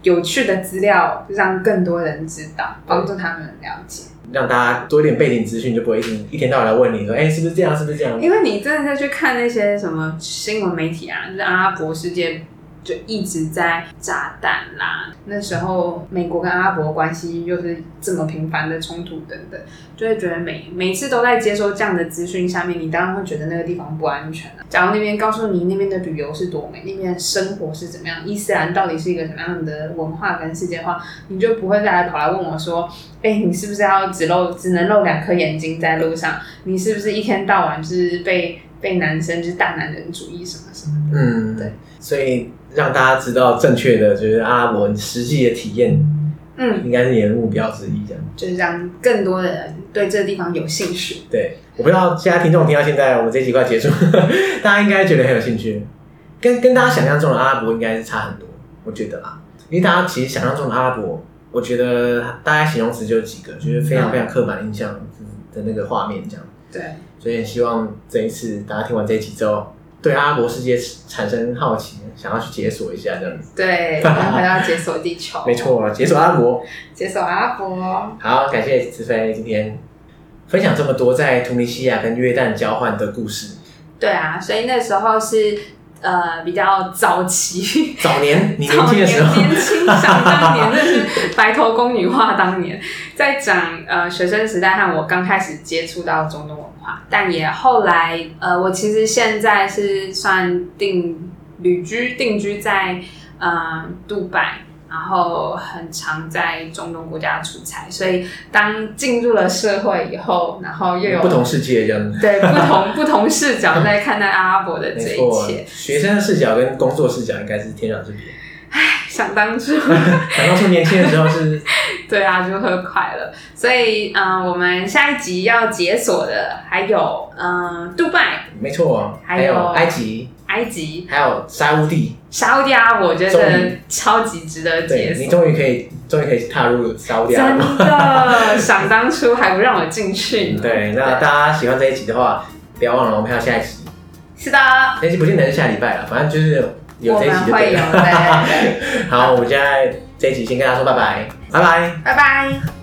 Speaker 2: 有趣的资料让更多人知道，帮助他们了解。
Speaker 1: 让大家多一点背景资讯，就不会一天一天到晚来问你说，哎、是不是这样？是不是这样？
Speaker 3: 因为你真的在去看那些什么新闻媒体啊，就是阿拉伯世界就一直在炸弹啦，
Speaker 2: 那时候美国跟阿拉伯关系又是这么频繁的冲突等等，
Speaker 3: 就会觉得每每次都在接收这样的资讯下面，你当然会觉得那个地方不安全啊。
Speaker 2: 假如那边告诉你那边的旅游是多美，那边的生活是怎么样，伊斯兰到底是一个什么样的文化跟世界化，你就不会再来跑来问我说，哎、你是不是要只露只能露两颗眼睛在路上？你是不是一天到晚就是被被男生就是大男人主义什么什么的？
Speaker 1: 嗯，
Speaker 2: 对，
Speaker 1: 所以让大家知道正确的就是阿拉伯实际的体验，
Speaker 2: 嗯，
Speaker 1: 应该是你的目标之一。这样，
Speaker 2: 就是让更多的人对这个地方有兴趣。
Speaker 1: 对，我不知道现在听众听到现在，我们这集快结束， 大家应该觉得很有兴趣，跟跟大家想象中的阿拉伯应该是差很多，我觉得啦，因为大家其实想象中的阿拉伯，我觉得大概形容词就几个，就是非常非常刻板印象的那个画面这样。
Speaker 2: 对，
Speaker 1: 所以希望这一次大家听完这一集之后，对阿拉伯世界产生好奇，想要去解锁一下这样子。
Speaker 2: 对，然后回到解锁地球，
Speaker 1: 没，错，解锁阿拉伯。
Speaker 2: 解锁阿拉伯。
Speaker 1: 好，感谢子飞今天分享这么多在突尼西亚跟约旦交换的故事。
Speaker 3: 对啊，所以那时候是呃比较早 期。
Speaker 1: 早年你年
Speaker 3: 早
Speaker 1: 轻的时候，
Speaker 3: 年 轻想当年，那是白头宫女话当年，在讲呃学生时代和我刚开始接触到中东文化，但也后来呃我其实现在是算定旅居定居在呃杜拜，然后很常在中东国家出差，所以当进入了社会以后，然后又有
Speaker 1: 不同世界这样子。
Speaker 3: 对不同不同视角在看待阿拉伯的这
Speaker 1: 没
Speaker 3: 一
Speaker 1: 错
Speaker 3: 切，，
Speaker 1: 学生的视角跟工作视角应该是天壤之别。
Speaker 3: 想当初。
Speaker 1: 想当初年轻的时候是
Speaker 3: 对啊，如何快乐？所以，嗯、我们下一集要解锁的还有，嗯、杜拜、
Speaker 1: 没错，啊
Speaker 3: 还
Speaker 1: 还有
Speaker 3: 有
Speaker 1: 埃及，
Speaker 3: 埃及、
Speaker 1: 还有沙乌地。
Speaker 3: 沙烏地阿拉伯，我觉
Speaker 1: 终
Speaker 3: 得
Speaker 1: 于
Speaker 3: 超级值得解
Speaker 1: 对你
Speaker 3: 锁。
Speaker 1: 终于可以，终于可以踏入沙乌地阿拉
Speaker 3: 真
Speaker 1: 伯。嗯
Speaker 3: 的，想当初还不让我进去呢。
Speaker 1: 对，那大家喜欢这一集的话，不要忘了我们还有下一集，
Speaker 3: 是的，
Speaker 1: 那一集不见得是下礼拜了，反正就是有
Speaker 3: 我
Speaker 1: 这一
Speaker 3: 们
Speaker 1: 集就
Speaker 3: 会
Speaker 1: 对
Speaker 3: 有
Speaker 1: 了。
Speaker 3: 的。
Speaker 1: 好，我们现在这一集先跟大家说拜拜，拜拜。
Speaker 3: 拜拜。